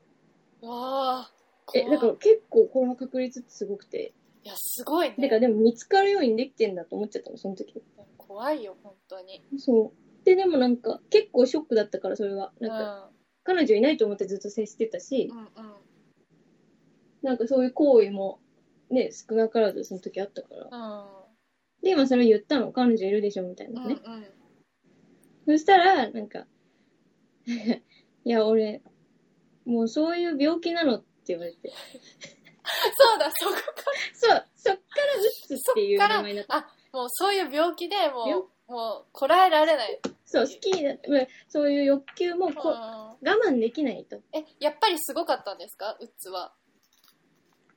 わあ。え、怖だいから結構この確率ってすごくて、いや、すごいてかね。でも見つかるようにできてんだと思っちゃったの、その時。怖いよ、本当に。そう。で、でもなんか、結構ショックだったから、それは。うん。うなんか、ん彼女いないと思ってずっと接してたし、うん。なんかそういう行為も、ね、少なからずその時あったから。うん。で、今それ言ったの、彼女いるでしょ、みたいなうんね。うん。そしたら、なんか、 いや、俺、もうそういう病気なのって言われて。 そうだ、そこかそう、そっからうつっていう名前になった。ら。あ、もうそういう病気でも病う、もう、こらえられない。そう、好きになって、まあそういう欲求もうこ、我ん。慢できないと。え、やっぱりすごかったんですかうっつは。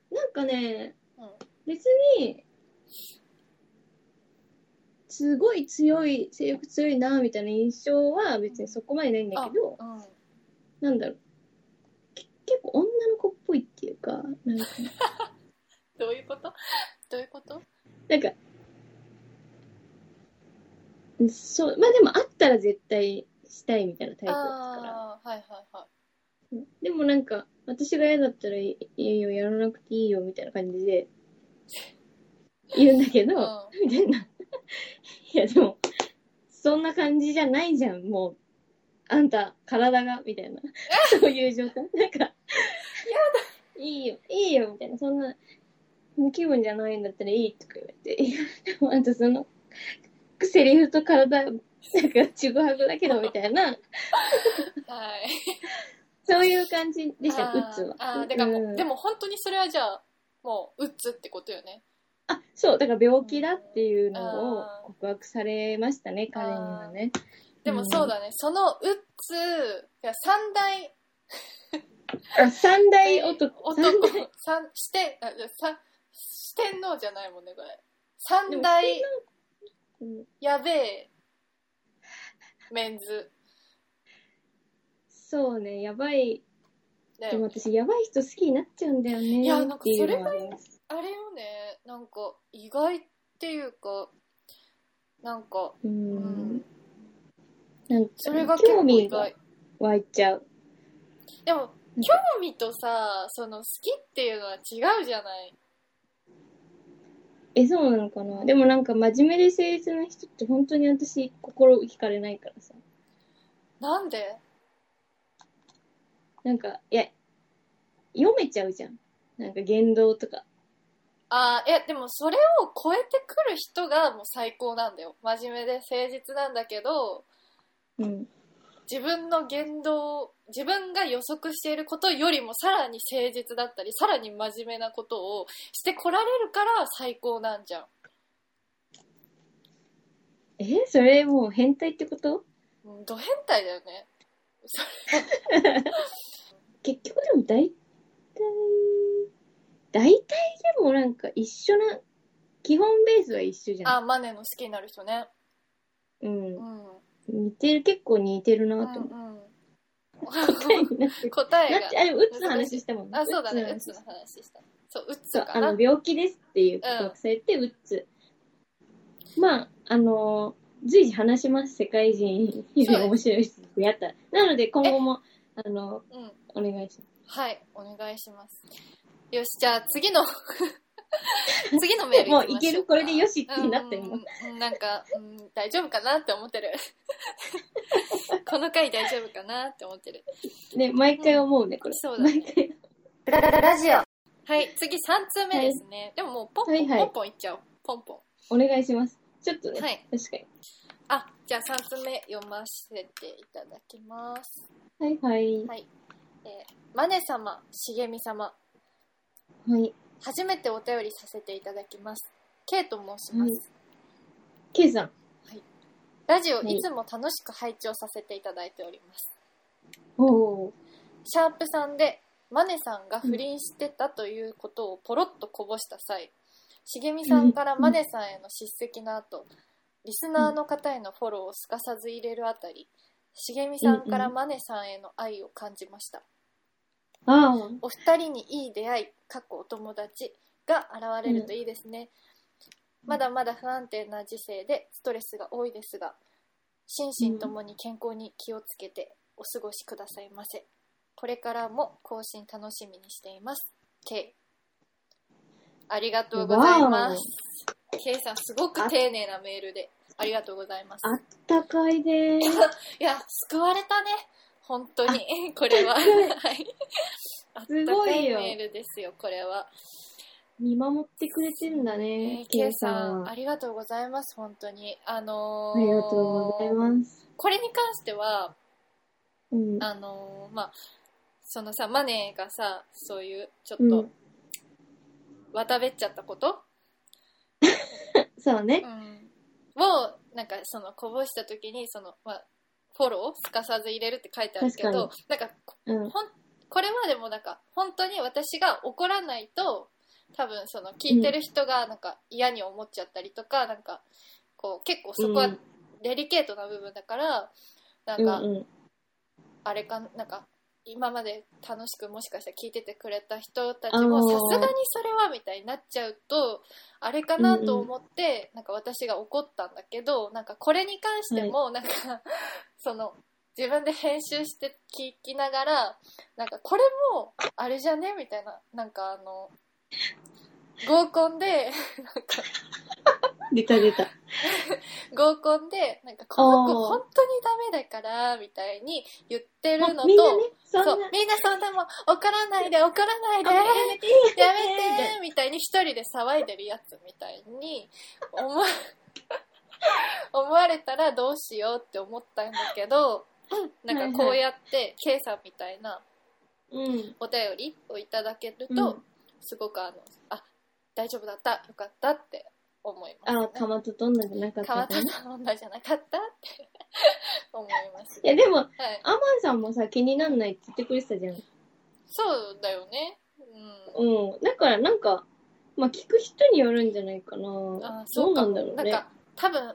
なんかね、うん別に、すごい強い、性欲強いな、みたいな印象は別にそこまでないんだけど、うん。なんだろう。け結構女の子っぽいっていうか、なんか、どういうこと どういうことなんか、そう、まあでもあったら絶対したいみたいなタイプだったから。ああ、はいはいはい。うんでもなんか、私が嫌だったらいいよ、やらなくていいよ、みたいな感じで、言うんだけど、うみたいな。いや、でも、そんな感じじゃないじゃん、もう。あんた、体が、みたいな。そういう状態。なんか、いいよ、いいよ、みたいな。そんな、気分じゃないんだったらいいとか言われて。い や、でも、あんたその、セリフと体、なんか、ちぐはぐだけど、みたいな。はい。そういう感じでした、あーうつは。あーだからもう、うんでも本当にそれはじゃあ、もう、うっつってことよね。あ、そう、だから病気だっていうのをあー告白されましたね、彼にはね。でもそうだね、そのうつ、いや三大あ、三大男。三大男、三、四天、あ、じゃあ三、四天王じゃないもんね、これ。三大、うんやべえ、メンズ。そうね、やばい。ねでも私、やばい人好きになっちゃうんだよね。いやなんかっていうのはありますあれよね、なんか、意外っていうか、なんか、ううんん。、なんかそれが結興構味意が外。湧いちゃう。でも、興味とさ、その好きっていうのは違うじゃない。え、そうなのかなでもなんか真面目で誠実な人って本当に私、心惹かれないからさ。なんでなんか、いや、読めちゃうじゃん。なんか言動とか。ああ、いや、でもそれを超えてくる人がもう最高なんだよ。真面目で誠実なんだけど、うん。自分の言動、自分が予測していることよりもさらに誠実だったり、さらに真面目なことをしてこられるから最高なんじゃん。え、それもう変態ってことうん、ド変態だよね。結局でも大体、大体でもなんか一緒な、基本ベースは一緒じゃん。あー、マネの好きになる人ね。う。うんん。うん似てる、結構似てるうなと思 ん。って。 なって 答えながって、。あ、でもうつの話したもんあ、そうだね。う鬱つのの話話した。そう、うそつう、かあなの、。病気ですっていう告白されて、うつ。まあ、あのー随時話します、世界人より面白い人と出会ったら。なので、今後も、あのうん。お願いしまはい、お願いします。よし、じゃあ 次の、次のメーす。ルもうい行きましけょるうこかれでよしってうんなってもう。うんなんか、うん、大丈夫かなって思 ってる。この回大丈夫かなって思ってる。ね、毎回思うね、これ。そうだね毎回。ララララジオ。はい、次3通目ですね。でももうポンポン、はいはいポンポンいっちゃおう。ポンポお願いします。ちょっとね、ン。はい。確かに。あ、じゃあ3通目読ませていただきます。はいはい。はいえーマネ様、しげみ様、はい。初めてお便りさせていただきます。ケイと申しはます。い K さん。ラジオはいいつも楽しく拝聴させていただいております。おー。シャープさんで、マネさんが不倫してたということをポロッとこぼした際、しげみさんからマネさんへの叱責の後、リスナーの方へのフォローをすかさず入れるあたり、茂美さんからマネさんへの愛を感じました。ああ、お二人にいい出会い、過去お友達が現れるといいですね。まだまだ不安定な時世でストレスが多いですが、心身ともに健康に気をつけてお過ごしくださいませ。これからも更新楽しみにしています。K。ありがとうございます。K さん、すごく丁寧なメールでありがとうございます。あったかいでーす。いや、救われたね。本当に。 こ れは。はすごいい。あったかすごいいよメールですよ、これは。見守ってくれてるんだねえ、ケ K イささんん、は。あありがとうございます、本当に。あのーりがとうございます。これに関しては、うん。あのーまあ、そのさ、マネーがさ、そういう、ちょうっとん、渡べっちゃったこと、そうねう。ん、を、なんか、その、こぼした時に、その、まあ、フォローすかさず入れるって書いてあるけど、なんか、うん。ほんこれまでもなんか本当に私が怒らないと多分その聞いてる人がなんか嫌に思っちゃったりとか、なんかこう結構そこはデリケートな部分だから、うんなんかうん。あれかなんか今まで楽しくもしかしたら聞いててくれた人たちもさすがにそれはみたいになっちゃうとあれかなと思って、なんか私が怒ったんだけどなんかこれに関してもなんか、その自分で編集して聞きながらなんかこれもあれじゃねみたいななんかあの合コンでなんか出た出た。合コンでなんかこの子おー本当にダメだからみたいに言ってるのみんなとね。そんそうな。、みんなそんなもん、怒らないで、怒らないで、あややめてめて、みたいに一人で騒いでるやつみたいに、思わ、 思われたらどうしようって思ったんだけど、なんかこうやって、ケイさんみたいなうん。お便りをいただけるうとん、すごくあの、あ、大丈夫だった、よかったって思います、あ、かね。まととんだじゃなかった川かな田。さん女じゃなかったって思います。いや、でも、はい。アマンさんもさ、気になんないって言ってくれてたじゃん。そうだよね。うん。うん。だから、なんか、まあ、聞く人によるんじゃないかなあ。そどううかなんもだろうなんね。か多分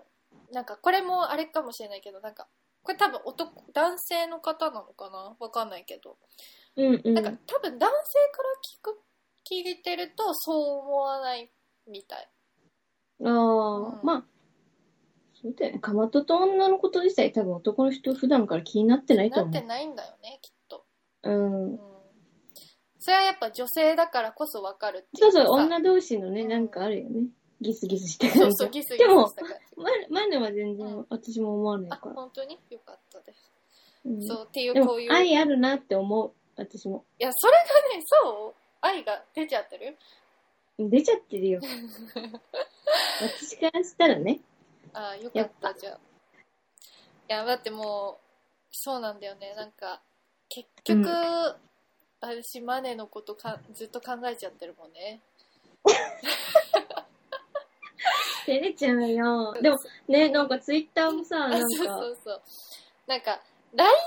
なんかこれもあれかもしれないけどなんかこれ多分男男性の方なのかなわかんないけど、うんうん。なんか多分男性から聞く聞いてるとそう思わないみたいああ、うんまあ、そうだよね。かまとと女のこと自体多分男の人普段から気になってないとなって思ないんだよねきっと、う。ううんん。、それはやっぱ女性だからこそわかるっていそううかそさう、女同士のね、うんなんかあるよね。ギスギスしてそ感うじそうが。ギスギスした感じ前前のは全然、うん私も思わないあから。本当によかったです、うん、そうっていうでこもういう、い愛あるなって思う、私も。やそれがねそう愛が出ちゃってる出ちゃって るよ。私からしたらね。ああ、よかっやた、っじゃあ。いや、だってもう、そうなんだよね。なんか、結局、うん私、マネのことかずっと考えちゃってるもんね。照れちゃうよ。でもね、なんかツイッターもさ、あ、なん そうそか、うそう。なんか、LINE す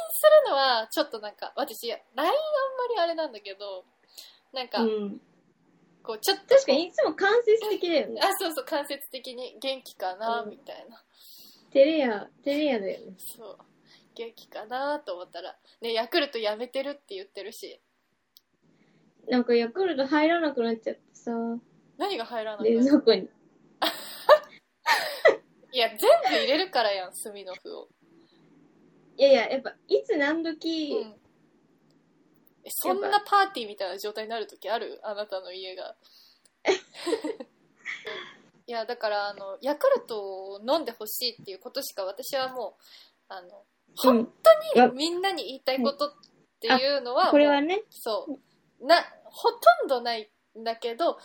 るのは、ちょっとなんか、私、LINE あんまりあれなんだけど、なんか、うん。こう、ちょっと、確かにいつも間接的だよね。あ、そうそう、間接的に元気かな、うんみたいな。照れや、照れやだよね。そう。元気かなと思ったら、ね、ヤクルトやめてるって言ってるし、なんかヤクルト入らなくなっちゃってさ、何が入らない冷の蔵庫に。 いや、全部入れるからやん、スミノフを。いやいや、やっぱ、いつ何う時、ん。えそんなパーティーみたいな状態になる時あるあなたの 家が。いや、だから、あの、ヤクルトを飲んでほしいっていうことしか私はもう、あの、うん本わ当にみんなに言いたいことっていうのは、これはね、そう、な、ほとんどないんだけど、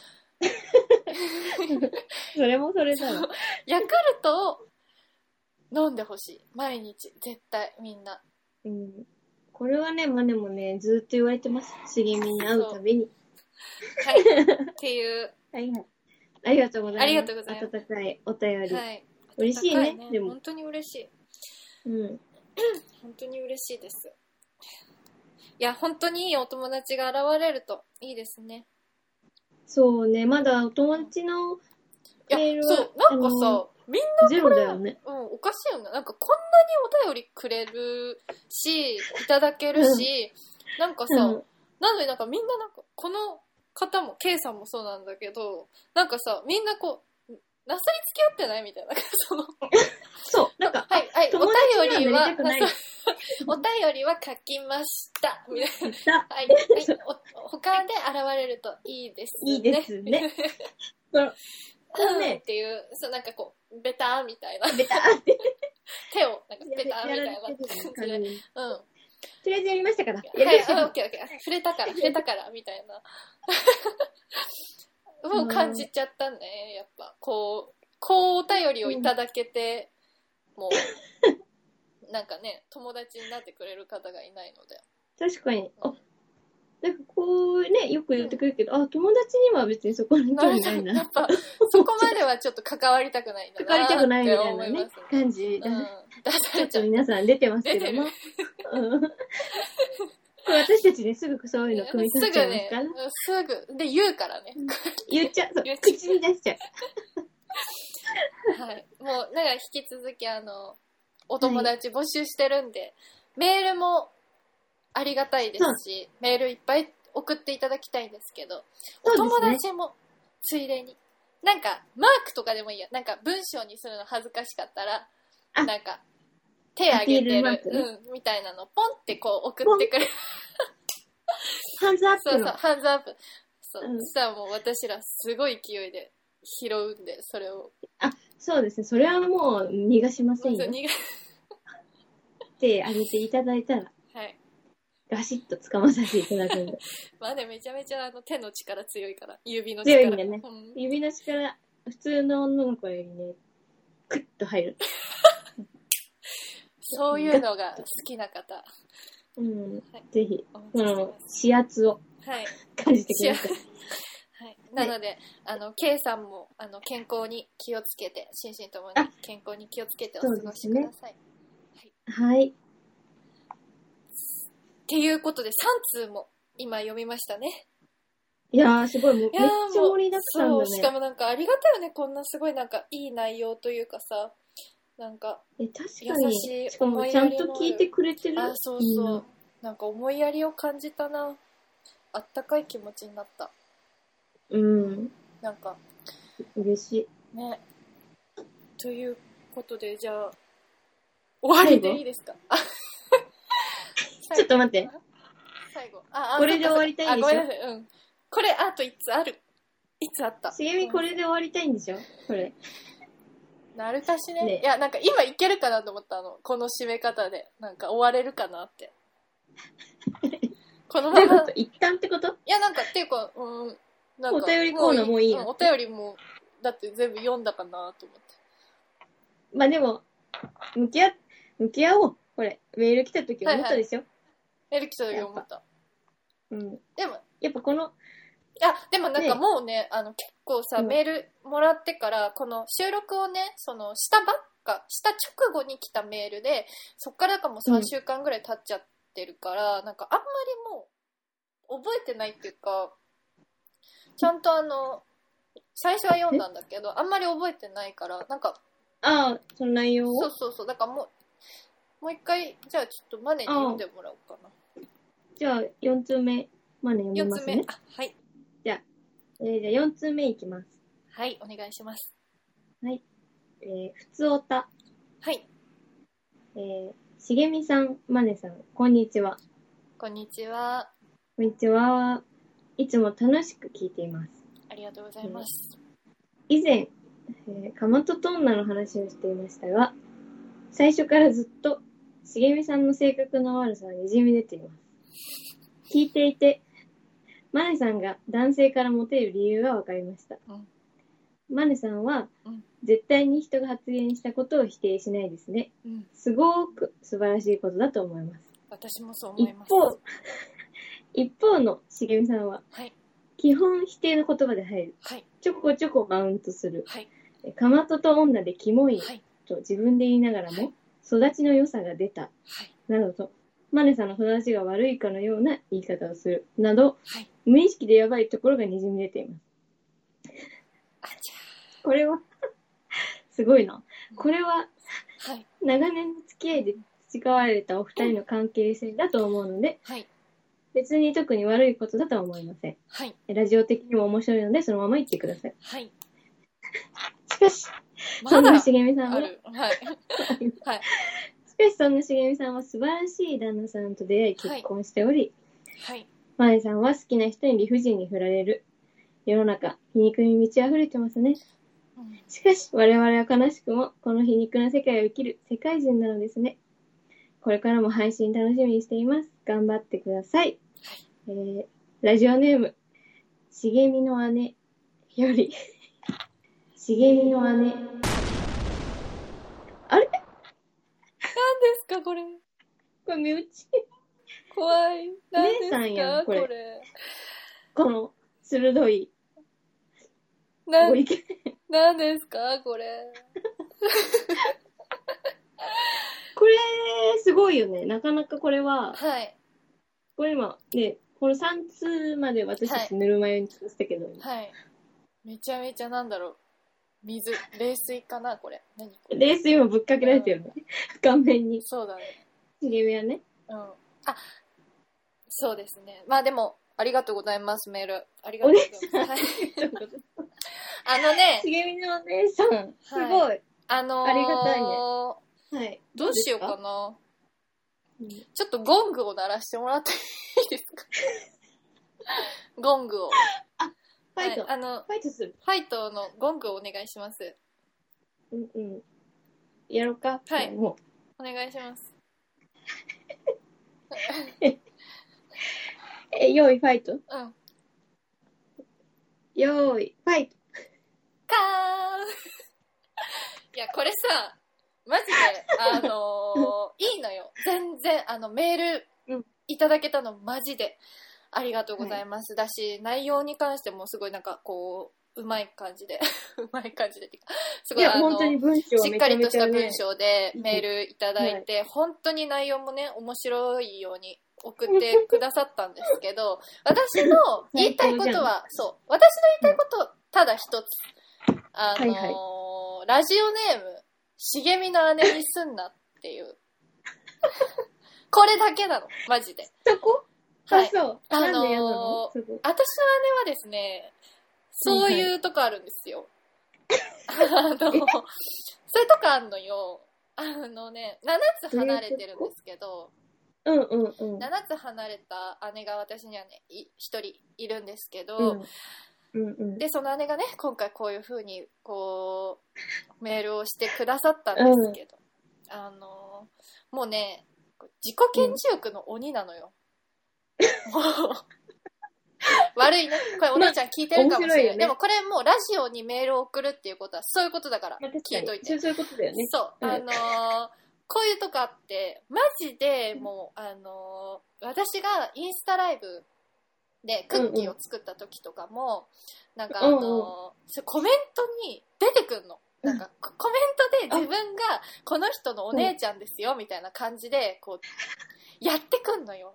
それもそれだそうわ。ヤクルトを飲んでほしい。毎日、絶対、みんな。うん。これはね、マネもね、ずーっと言われてます。茂みに会うたびに。 はい。っていう。はいはい。ありがとうございます。ありがとうございます温かいお便り。はい。嬉しい高ねでも本当に嬉しい。うん。本当に嬉しいです。いや、本当にいいお友達が現れるといいですね。そうね、まだお友達のいやメー、ルはそう、なんかあのさ、みんゼロだよね。な、うん、おかしいよな。なんかこんなにお便りくれるし、いただけるし、なんかさ、うん。なのになんかみんななんか、この方も、K さんもそうなんだけど、なんかさ、みんなこう、なすりつき合ってないみたいな。 その、そう。なんか、はい、はい、友お達便にりはなは、りたくないなさ お便りは書きました。みたい言な。った。はい、はい、お他で現れるといいですね。いいですね。 そう。これうん、ねっていう、そうなんかこう、ベターみたいな。ベターって。手を、なんかベターやらみたいれな感てるじ感で。じうん。はとりあえずやりましたから。い、やりましたかあオらッ。ケーオッケー。触れたから、触れたから、みたいな。 もう感じちゃったね、やっぱ。こう、こうお便りをいただけて、も う、なんかね、友達になってくれる方がいないので。確かに。あなんかこうね、よく言ってくるけど、あ、友達には別にそこに興味ないやな。っぱ、そこまではちょっと関わりたくないんだかかりたくないみたいってな思 ねます、感じうだんね。、出さちょれっちゃとう。皆さん出てますけども。うんこれ私たちね、すぐそういうの組みす立ぐてちゃいますねから。、すぐ、で、言うからね。言っちゃう。そう言っちゃう口に出しちゃう。はい。もう、だから引き続き、あの、お友達募集してるんで、メールもありがたいですし、メールいっぱい送っていただきたいんですけど、おそう友ですね。達も、ついでに。なんか、マークとかでもいいや。なんか、文章にするの恥ずかしかったら、あなんか、手挙げアてピールマーるク、ねうん、みたいなの、ポンってこう送ってくれる。ハンズアッそうプそう、の。ハンズアップ。そうう。んそしたらもう私らすごい勢いで拾うんで、それを。そうですね。それはもう逃がしませんよ。逃がってあげていただいたら、はい。ガシッと捕まさせていただくんで。まあね、めちゃめちゃあの手の力強いから、指の強力。いんでねうん指の力、普通の女の子よりね、クッと入る。そういうのが好きな方、うん。ぜひ、お待そちしてまの、指圧をす。はい。感じてください。はい、なので、あの K さんもあの健康に気をつけて心身ともにあ健康に気をつけてお過ごしください、はい。っていうことで3通も今読みましたねいやー、すごい、もういめやっーちゃ盛りだくさんもうだそうしかね。もなんかありがたいよねこんなすごいなんかいい内容というかさなんかえ、確かに。優しいしかも、ちゃんと聞いてくれてる。あそうみんそう、ななんか思いやりを感じたなあったかい気持ちになったうん。なんか嬉しい。ねということでじゃあ終わりでいいですかあ ちょっと待って。最後。あ、あこれで終わりたいんでしょそっかそっかあ、ごめんなさい。うん。これ、あといつある。いつあった。茂みこれで終わりたいんでしょこれ。なるかしね。ねいや、なんか今いけるかなと思ったの。この締め方で。なんか終われるかなって。このどういまうこま。とい一旦ってことや、なんかっていうか、うん。なんかお便りコーナーもういいやんお便りも、だって全部読んだかなと思って。まあでも、向き合っ、向き合おう。これ。メール来た時思ったでしょ、エルキさんより思った。うん。でも、やっぱこの、いや、でもなんかねもうね、あの、結構さ、うんメールもらってから、この収録をね、その、したばっか、した直後に来たメールで、そっからかもう3ん週間ぐらい経っちゃってるから、なんかあんまりもう、覚えてないっていうか、ちゃんとあの、最初は読んだんだけど、あんまり覚えてないから、なんか、ああ、その内容そうを。そうそう、だからもう、もう一回、じゃあちょっとマネに読んでもらおうかな。じゃあ、4通目、まで読み4まつす目、ね。あ、はい。えーじゃあ、4通目いきます。はい、お願いします。えー、ふつおた。はい、えー、しげみさん、まねさん、こんにちは。こんにちは。こんにちは。いつも楽しく聞いています。ありがとうございます。以前、えー、かまとトンナの話をしていましたが、最初からずっと、しげみさんの性格の悪さはにじみ出ています。聞いていて、マネさんが男性からモテる理由が分かりました。うんマネさんは、うん絶対に人が発言したことを否定しないですね。うん、すごく素晴らしいことだと思います。私もそう思い一ます。方、 一方のしげみさんは、はい、基本否定の言葉で入る。はい、ちょこちょこマウントする。はい、えかまとと女でキモいはい、と自分で言いながらはいも、育ちの良さが出た、はい、などと、マネさんの育ちが悪いかのような言い方をする、など、はい。無意識でやばいところがにじみ出ています。あちこれは、 すごいな。これははい。長年の付き合いで培われたお二人の関係性だと思うので、はい。別に特に悪いことだとは思いません。はい。ラジオ的にも面白いので、そのまま言ってください。はい。しかし、そまんなだしげみさんあは、る。 はい。はい。しかしそんなしげみさんは素晴らしい旦那さんと出会い結婚しており、はい。まえさんは好きな人に理不尽に振られる。世の中、皮肉に満ち溢れてますね。うんしかし、我々は悲しくも、この皮肉な世界を生きる世界人なのですね。これからも配信楽しみにしています。頑張ってください。えー、ラジオネーム、茂みの姉よ り、茂みの姉。あれ何ですか、これ。これ身内怖い。何です姉さんやか、んここれれ。この、鋭いなごん意見。何ですか、これ。これ、すごいよね。なかなかこれは、はい。これ今、ね、この3通まで私たちぬるま湯に使ってたけど、はい。めちゃめちゃなんだろう。水、冷水かな、これ。何これ。レース今ぶっかけられてるよね。顔面に。そうだね。茂みはね。うん。あ、そうですね。まあでも、ありがとうございます、メール。ありがおとう姉ございます。はいさん。あのね、茂みのお姉さん。すごい。あのー、ありがたいねはい。どうしようかな。ちょっとゴングを鳴らしてもらっていいです かゴングを。ファイト。はい、あの、ファイトする。ファイトのゴングをお願いします。うんうん。やろうか。はいもお願いします。う。え、用意ファイト。うん。か用意ファイト。ーン いや、これさ、マジで、あの ー、いいのよ。全然、あの、メーうルんいただけたの、マジで。ありがとうございます。だし、内容に関してもすごいなんかこう、うまい感じで、 うまい感じでっていうか、すいごいや、あの本当に文章はしめっちかゃりめとしちゃたね文。章でうんメールいただいて、本当に内容もね、面白いように送ってくださったんですけど、私の言いたいことは、そう、私の言いたいこと、ただ一つ。あのーはいラジオネーム、茂みの姉にすんなっていう。これだけなの、マジで。そこはあ、い。そう。あのーなんでやなのそこ私の姉はですね、そういうとこあるんですよ。あの、そういうとこあんのよ。あのね、7つ離れてるんですけど、うんうんうん。 7つ離れた姉が私にはね、い一人いるんですけど、うんうんうん。で、その姉がね、今回こういう風に、こう、メールをしてくださったんですけど、あの、もうね、自己顕示欲の鬼なのよ。もう 悪いね。これお姉ちゃん聞いてるかまあ面白もしれないい。よねでもこれもうラジオにメールを送るっていうことは、そういうことだから、まあ、確聞かいといに。てそ。うそういうことだよね。そう、うんあのーこういうとこあって、マジでもう、あのー私がインスタライブでクッキーを作った時とかも、なんかあのーうんうんそうコメントに出てくんの。なんかココメントで自分がこの人のお姉ちゃんですよみたいな感じでこうやってくんのよ。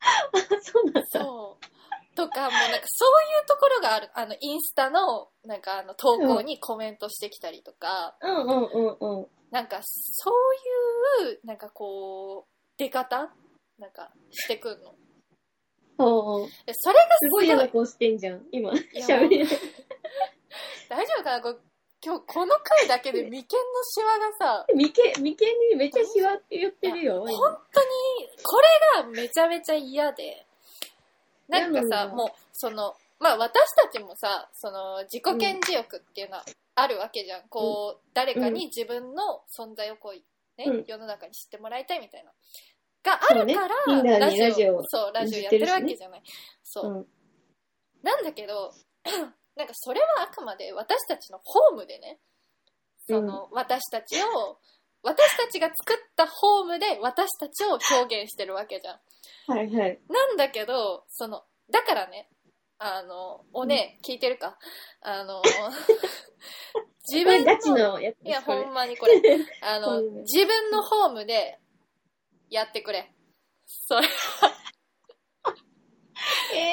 あ、 そうなんだ。そう。とかもうなんかそういうところがあるあのインスタのなんかあの投稿にコメントしてきたりとか、うんうんうんうん。なんかそういうなんかこう出方なんかしてくんのおうおう。でそれがすすごごいい嫌な大顔してんじゃん、今。や喋りながら丈夫かなこう今日この回だけで眉間のシワがさ眉間、眉間にめっちゃシワって言ってるよ。いや今これがめちゃめちゃ嫌でなんかなさんだもうそのまあ私たちもさその自己顕示欲っていうのはあるわけじゃん、こう誰かに自分の存在をこう、ねうん世の中に知ってもらいたいみたいながあるからそうね Tinder にラジオそうラジオやってるわけじゃない、そう、うん。なんだけど、 なんかそれはあくまで私たちのホームでね、その、私たちを、私たちが作ったホームで私たちを表現してるわけじゃん。はいはい。なんだけど、その、だからね、あの、おね、聞いてるかあ の、自これ分の、ガチのやついや、こほれんまにこれ、あこのういう、自分のホームでやってくれ。それえ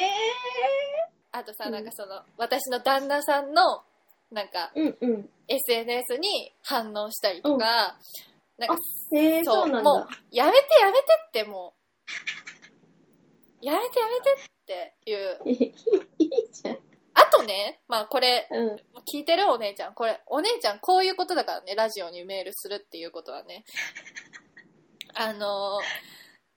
あとさ、うんなんかその、私の旦那さんのなんかうんうん。 SNS に反応したりとか、なんかへえ、そそううなんもうだ。やめてやめてってもうやめてやめてっていう いいじゃん。あとねまあこれうん。聞いてるお姉ちゃんこれお姉ちゃんこういうことだからねラジオにメールするっていうことはねあの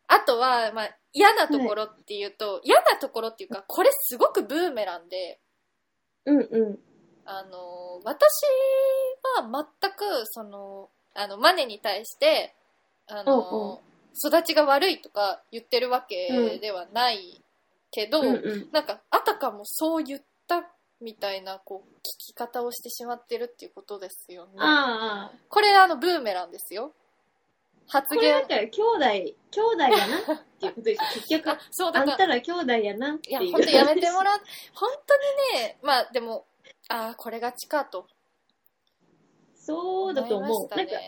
あとは、まあ、嫌なところっていうと、嫌なところっていうかこれすごくブーメランでうんうん。あの私は全くそのあのマネに対してあうんうの、育ちが悪いとか言ってるわけではないけど、うんうん。なんかあたかもそう言ったみたいなこう聞き方をしてしまってるっていうことですよね。ああ。これあのブーメランですよ。発これだ言から兄弟、兄弟やなっていうことでしょ。結局 あ、そうだあかんらたら兄弟やなっていいやう。本当やめてもらう 本当にねまあでもああこれがちかとそ思 ういだとま思しう。たなねんか、。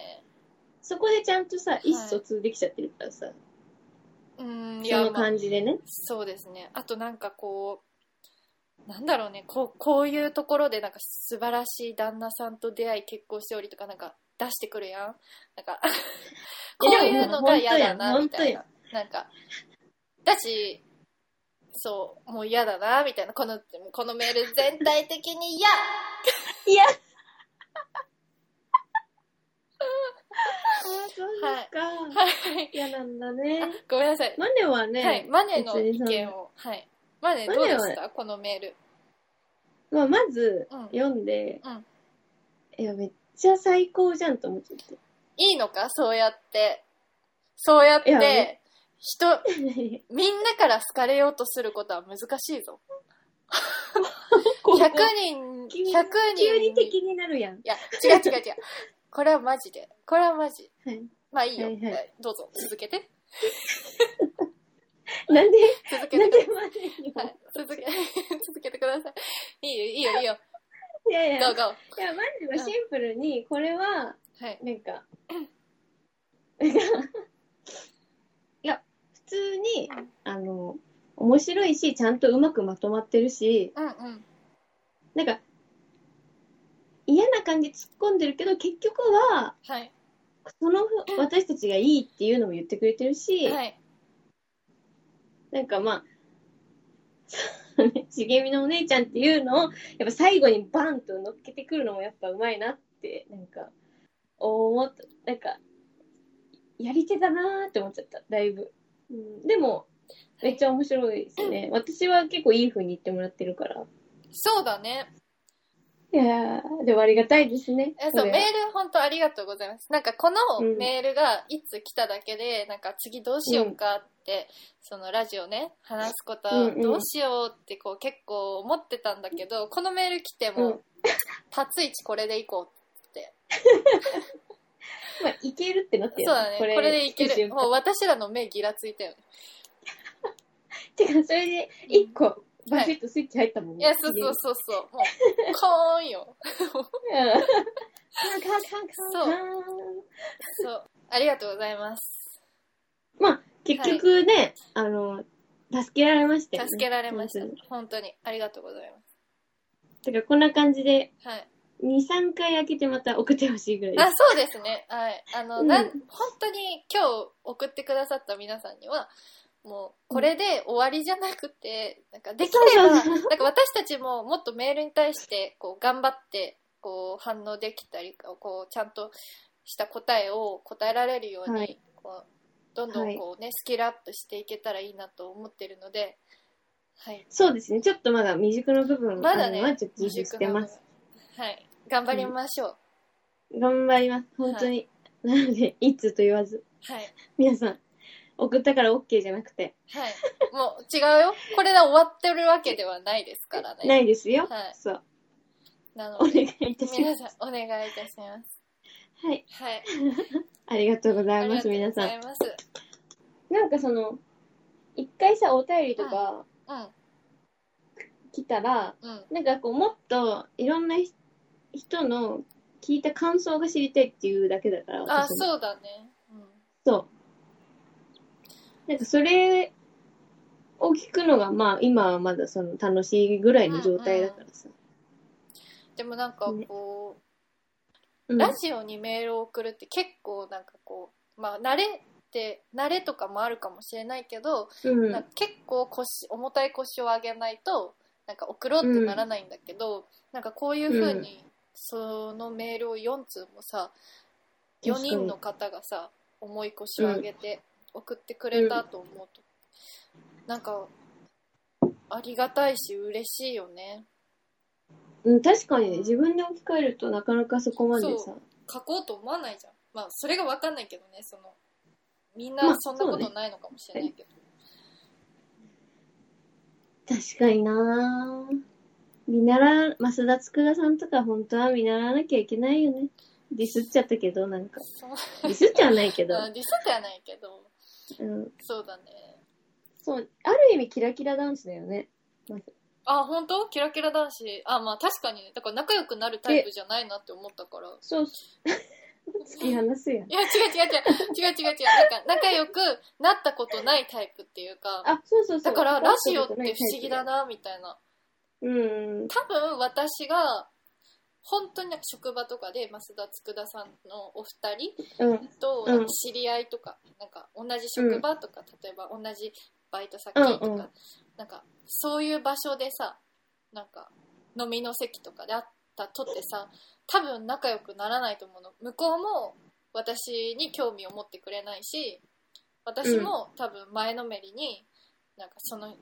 そこでちゃんとさ、意思疎通できちゃってるからさ、うんいそやのまあ感じでね。そうですね。あとなんかこう、なんだろうね、こうこういうところでなんか素晴らしい旦那さんと出会い結婚しておりとかなんか出してくるやん。な んか、こういうのが嫌だな、み本当たいやな。。なんか、だし、そう、もう嫌だな、みたいな。この、このメール全体的にい嫌や。あ ーそうですか。 はい。嫌なんだねあ。ごめんなさい。マネはね、はい、マネの別意にその見を。はい。マネどうですかこのメール。まあ、まずうん読んで、うんいやめっちゃ最高じゃんと思っちゃっていいのかそうやって。そうやっいやてね、人、みんなから好かれようとすることは難しいぞ。100人、100急に急に人に。い敵になるやんや、違う違う違う。これはマジで。これはマジ。はいまあいいよ。はいはいはいどうぞ、続けて。なんで続けなてんくでマださネにい。はい、続け、 続けてください。いいよ、いいよ、いいよ。いやいやいゴやーゴマネはシンプルにこれはー。はい。なんかなんかいや普通にあの面白いしちゃんとうまくまとまってるしうんうん。なんか嫌な感じ突っ込んでるけど結局ははい。その私たちがいいっていうのも言ってくれてるし、はい。なんかまあ、 そうね茂みのお姉ちゃんっていうのを、やっぱ最後にバンと乗っけてくるのもやっぱうまいなって、なんか、思った、なんか、やり手だなーって思っちゃった、だいぶ。うん、でも、めっちゃ面白いですよね。私は結構いい風に言ってもらってるから。そうだね。いやー、でもありがたいですね。こえそうれメール本当ありがとうございますなんかこうのんメールがいつ来ただけで、なんか次どうしようかって、そのラジオね話すことうんうんどうしようってこう結構思ってたんだけどこのメール来ても、うん立ち位置これでいこうまあ、いけるってなってるそうだねこれでいけ一瞬るもう私らの目ギラついたよねてか、それで、一個、バシッとスイッチ入ったもんいね。やそうそうそうそうもうコーンようん。カンカンカンカンカンそうありがとうございますまあ、結局ね、あの、助けられましたよね。助けられました本本当にありがとうございま当にだからこんな感じで、すはい2、3回開けてまた送ってほしいぐらいであす。そうですねはいあの、うんなん本当に今日送ってくださった皆さんにはもうこれで終わりじゃなくて、なんかできればそうそうなんか私たちももっとメールに対してこう頑張ってこう反応できたりこうちゃんとした答えを答えられるように、はいこうどんどんこう、ねスキルアップしていけたらいいなと思ってるので、はい、そうですね。ちょっとまだ未熟の部分まだねあのはちょっと自粛してます。はい、頑張りましょう、頑張ります。本当に。なので、いつと言わず、はい皆さん、送ったから OK じゃなくて、はい。もう違うよ。これで終わってるわけではないですからね。ないですよ。はいそう。なのお願で、いいたしま皆さんお願いいたします。す。はい。はい。ありがとうござあいりまがす、とう皆ごさざん。います。なんかその、一回さ、お便りとか来たら、うん、うん。なんかこう、もっといろんなひ人の聞いた感想が知りたいっていうだけだから、あ、私もそうだね。うん。そう。なんかそれを聞くのが、まあ、今はまだその楽しいぐらいの状態だからさ。でもなんかこうう、んラジオにメールを送るって結構なんかこうまあ慣れって慣れとかもあるかもしれないけど、うんなんか結構腰重たい腰を上げないとなんか送ろうってならないんだけど、なんかこういう風にそのメールを4通もさ4確か人にの方がさ重い腰を上げて送ってくれたと思うと、なんかありがたいし嬉しいよねうん、確かにね自分で置き換えるとなかなかそこまでそさ書こうと思わないじゃんまあそれが分かんないけどねそのみんまなあそんなこそうとねないのかもしれないけど、確かにな見習増田佃さんとか本当は見習わなきゃいけないよねディスっちゃったけどなんかそうディスっちゃはないけ ど、うんディスってはないけどうん、そうだねそうある意味キラキラダンスだよねあ、本当キラキラ男子。あ、まあ確かにね。だから仲良くなるタイプじゃないなって思ったから。そう 突き放すやんいや、違う違う違う。違う違う違う。なんか仲良くなったことないタイプっていうか。あそうそうそうだからラジオって不思議だな、みたいな。うん多分私が、本当になんか職場とかで、増田佃さんのお二人うんとうんなんか知り合いとか、なんか同じ職場とか、例えば同じバイト先とか、うんうんなんかそういう場所でさなんか飲みの席とかで会ったとってさ多分仲良くならないと思うの向こうも私に興味を持ってくれないし私も多分前のめりになんかその2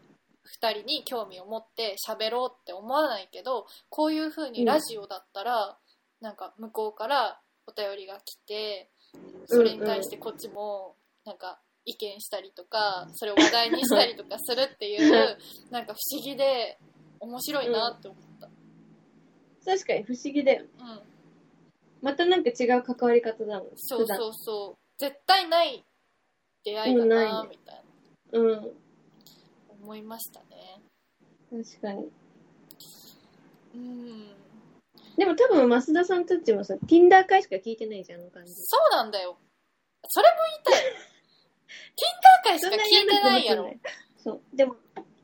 人に興味を持って喋ろうって思わないけどこういう風にラジオだったら、なんか向こうからお便りが来てそれに対してこっちもなんか意見したりとかそれを話題にしたりとかするっていうなんか不思議で面白いなって思った。確かに不思議だよねうん、またなんか違う関わり方だもんそうそうそう絶対ない出会いだうんななねいみたいな普段うん思いましたね。確かにうんでも多分増田さんたちもさ Tinder 回しか聞いてないじゃんあの感じそうなんだよ。それも 言いたい。Tinder 会しか聞いてないやろ。そう。でも、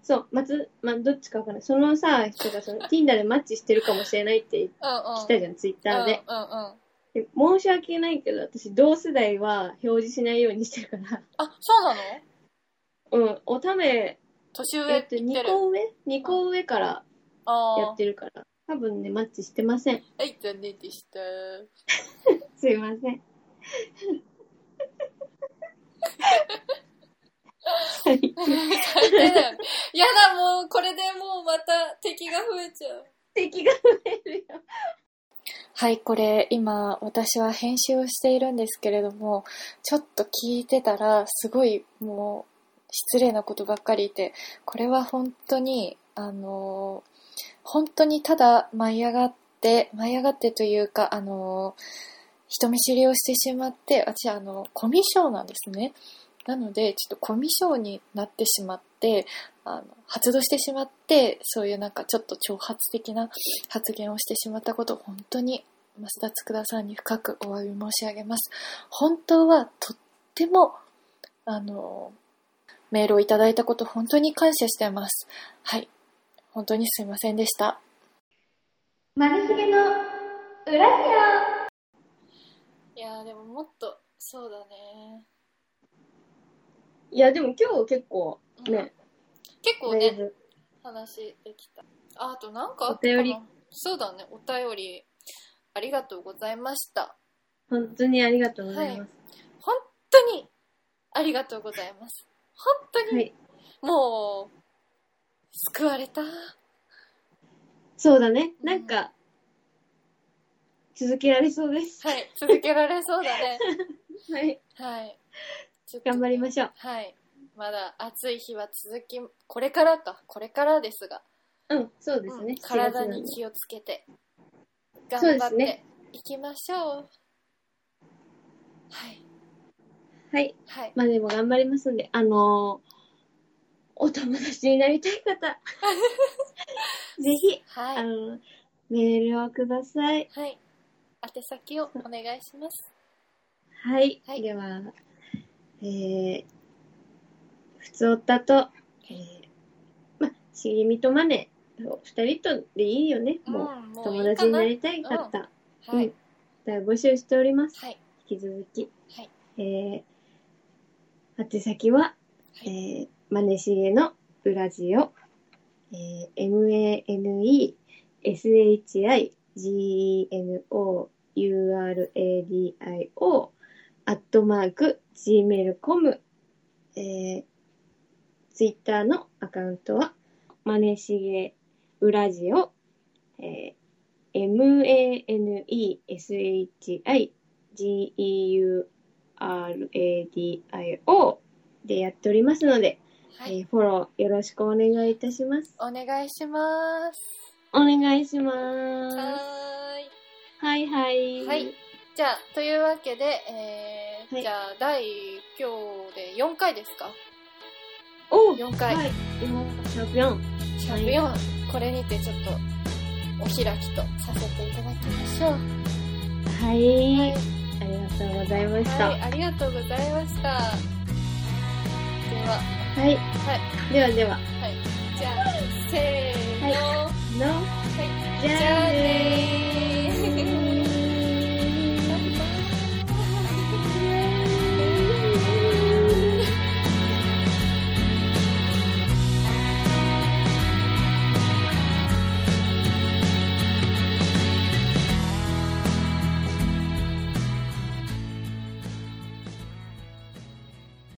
そう、まず、まあ、どっちかわかんない。そのさ、人がその Tinder でマッチしてるかもしれないってうんうん。来たじゃん、ツイッターで。うんうんうん。で申し訳ないけど、私、同世代は表示しないようにしてるから。あ、そうなのうん、おため、年上えっってと、言2ってる。個上 ?2 個上からあやあっ。てるから。多分ね、マッチしてません。はい、残念でした。すいませ ん。はい。 最低だよ。やだ、もう、これでもうまた敵が増えちゃう。敵が増えるよ。はい、これ今私は編集をしているんですけれども、ちょっと聞いてたらすごいもう失礼なことばっかり言って、これは本当に、あのー、本当にただ舞い上がって、舞い上がってというか、あのー、人見知りをしてしまって、私あの、コミュ障なんですね。なので、ちょっとコミュ障になってしまって、あの、発動してしまって、そういうなんかちょっと挑発的な発言をしてしまったこと、本当に増田佃さんに深くお詫び申し上げます。本当はとっても、あの、メールをいただいたこと、本当に感謝してます。はい。本当にすいませんでした。マルヒゲの裏部屋。いやーでももっと、そうだね。いや、でも今日結構うんね、結構だいね、ぶ話できた。あ、あとなんかあったかなお便りそうだね、お便り。ありがとうございました。本当にありがとうございます。本当に、ありがとうございます。本当に、はい。もう、救われた。そうだね。なんか、続けられそうです。はい、続けられそうだね。はい。はい。ちょっと頑張りましょう。はい。まだ暑い日は続き、これからか、これからですが、うん、そうですね。うん体4に月気をつけて、そう頑で張っすてねいきましょう。はい。なんではい。はい。まあでも頑張りますんで、あのーお友達になりたい 方、ぜひ、はあい。の、メールをください。はい。宛先をお願いします。はい。はいでは、えー、ふつおったと、えー、まあ、しぎみとまね、二人とでいいよね。うん、ももう、う友いい達かになな。はい。りたいかった。はういん。だから募集しております。はい。引き続き。はいえー、宛先は、はえい。ー、まねしげの裏ジオ、えー、maneshigenouradio アットマーク gmail.com、えー、ツイッターのアカウントは、まねしげ裏ジオ、えー、maneshigeuradio でやっておりますので、はえい。ーフォローよろしくお願いいたします。お願いします。お願いします。はーい。はいはい。はいじゃあ、というわけで、えーはいじゃあ、第今日で4回ですかお4回はい。今、シャープ4。 ?104、これにてちょっと、お開きとさせていただきましょう。はい。ありがとうございました。はい、ありがとうございました。では、はい。ではでは、じゃあ、せーの。の、はいじじゃゃああ。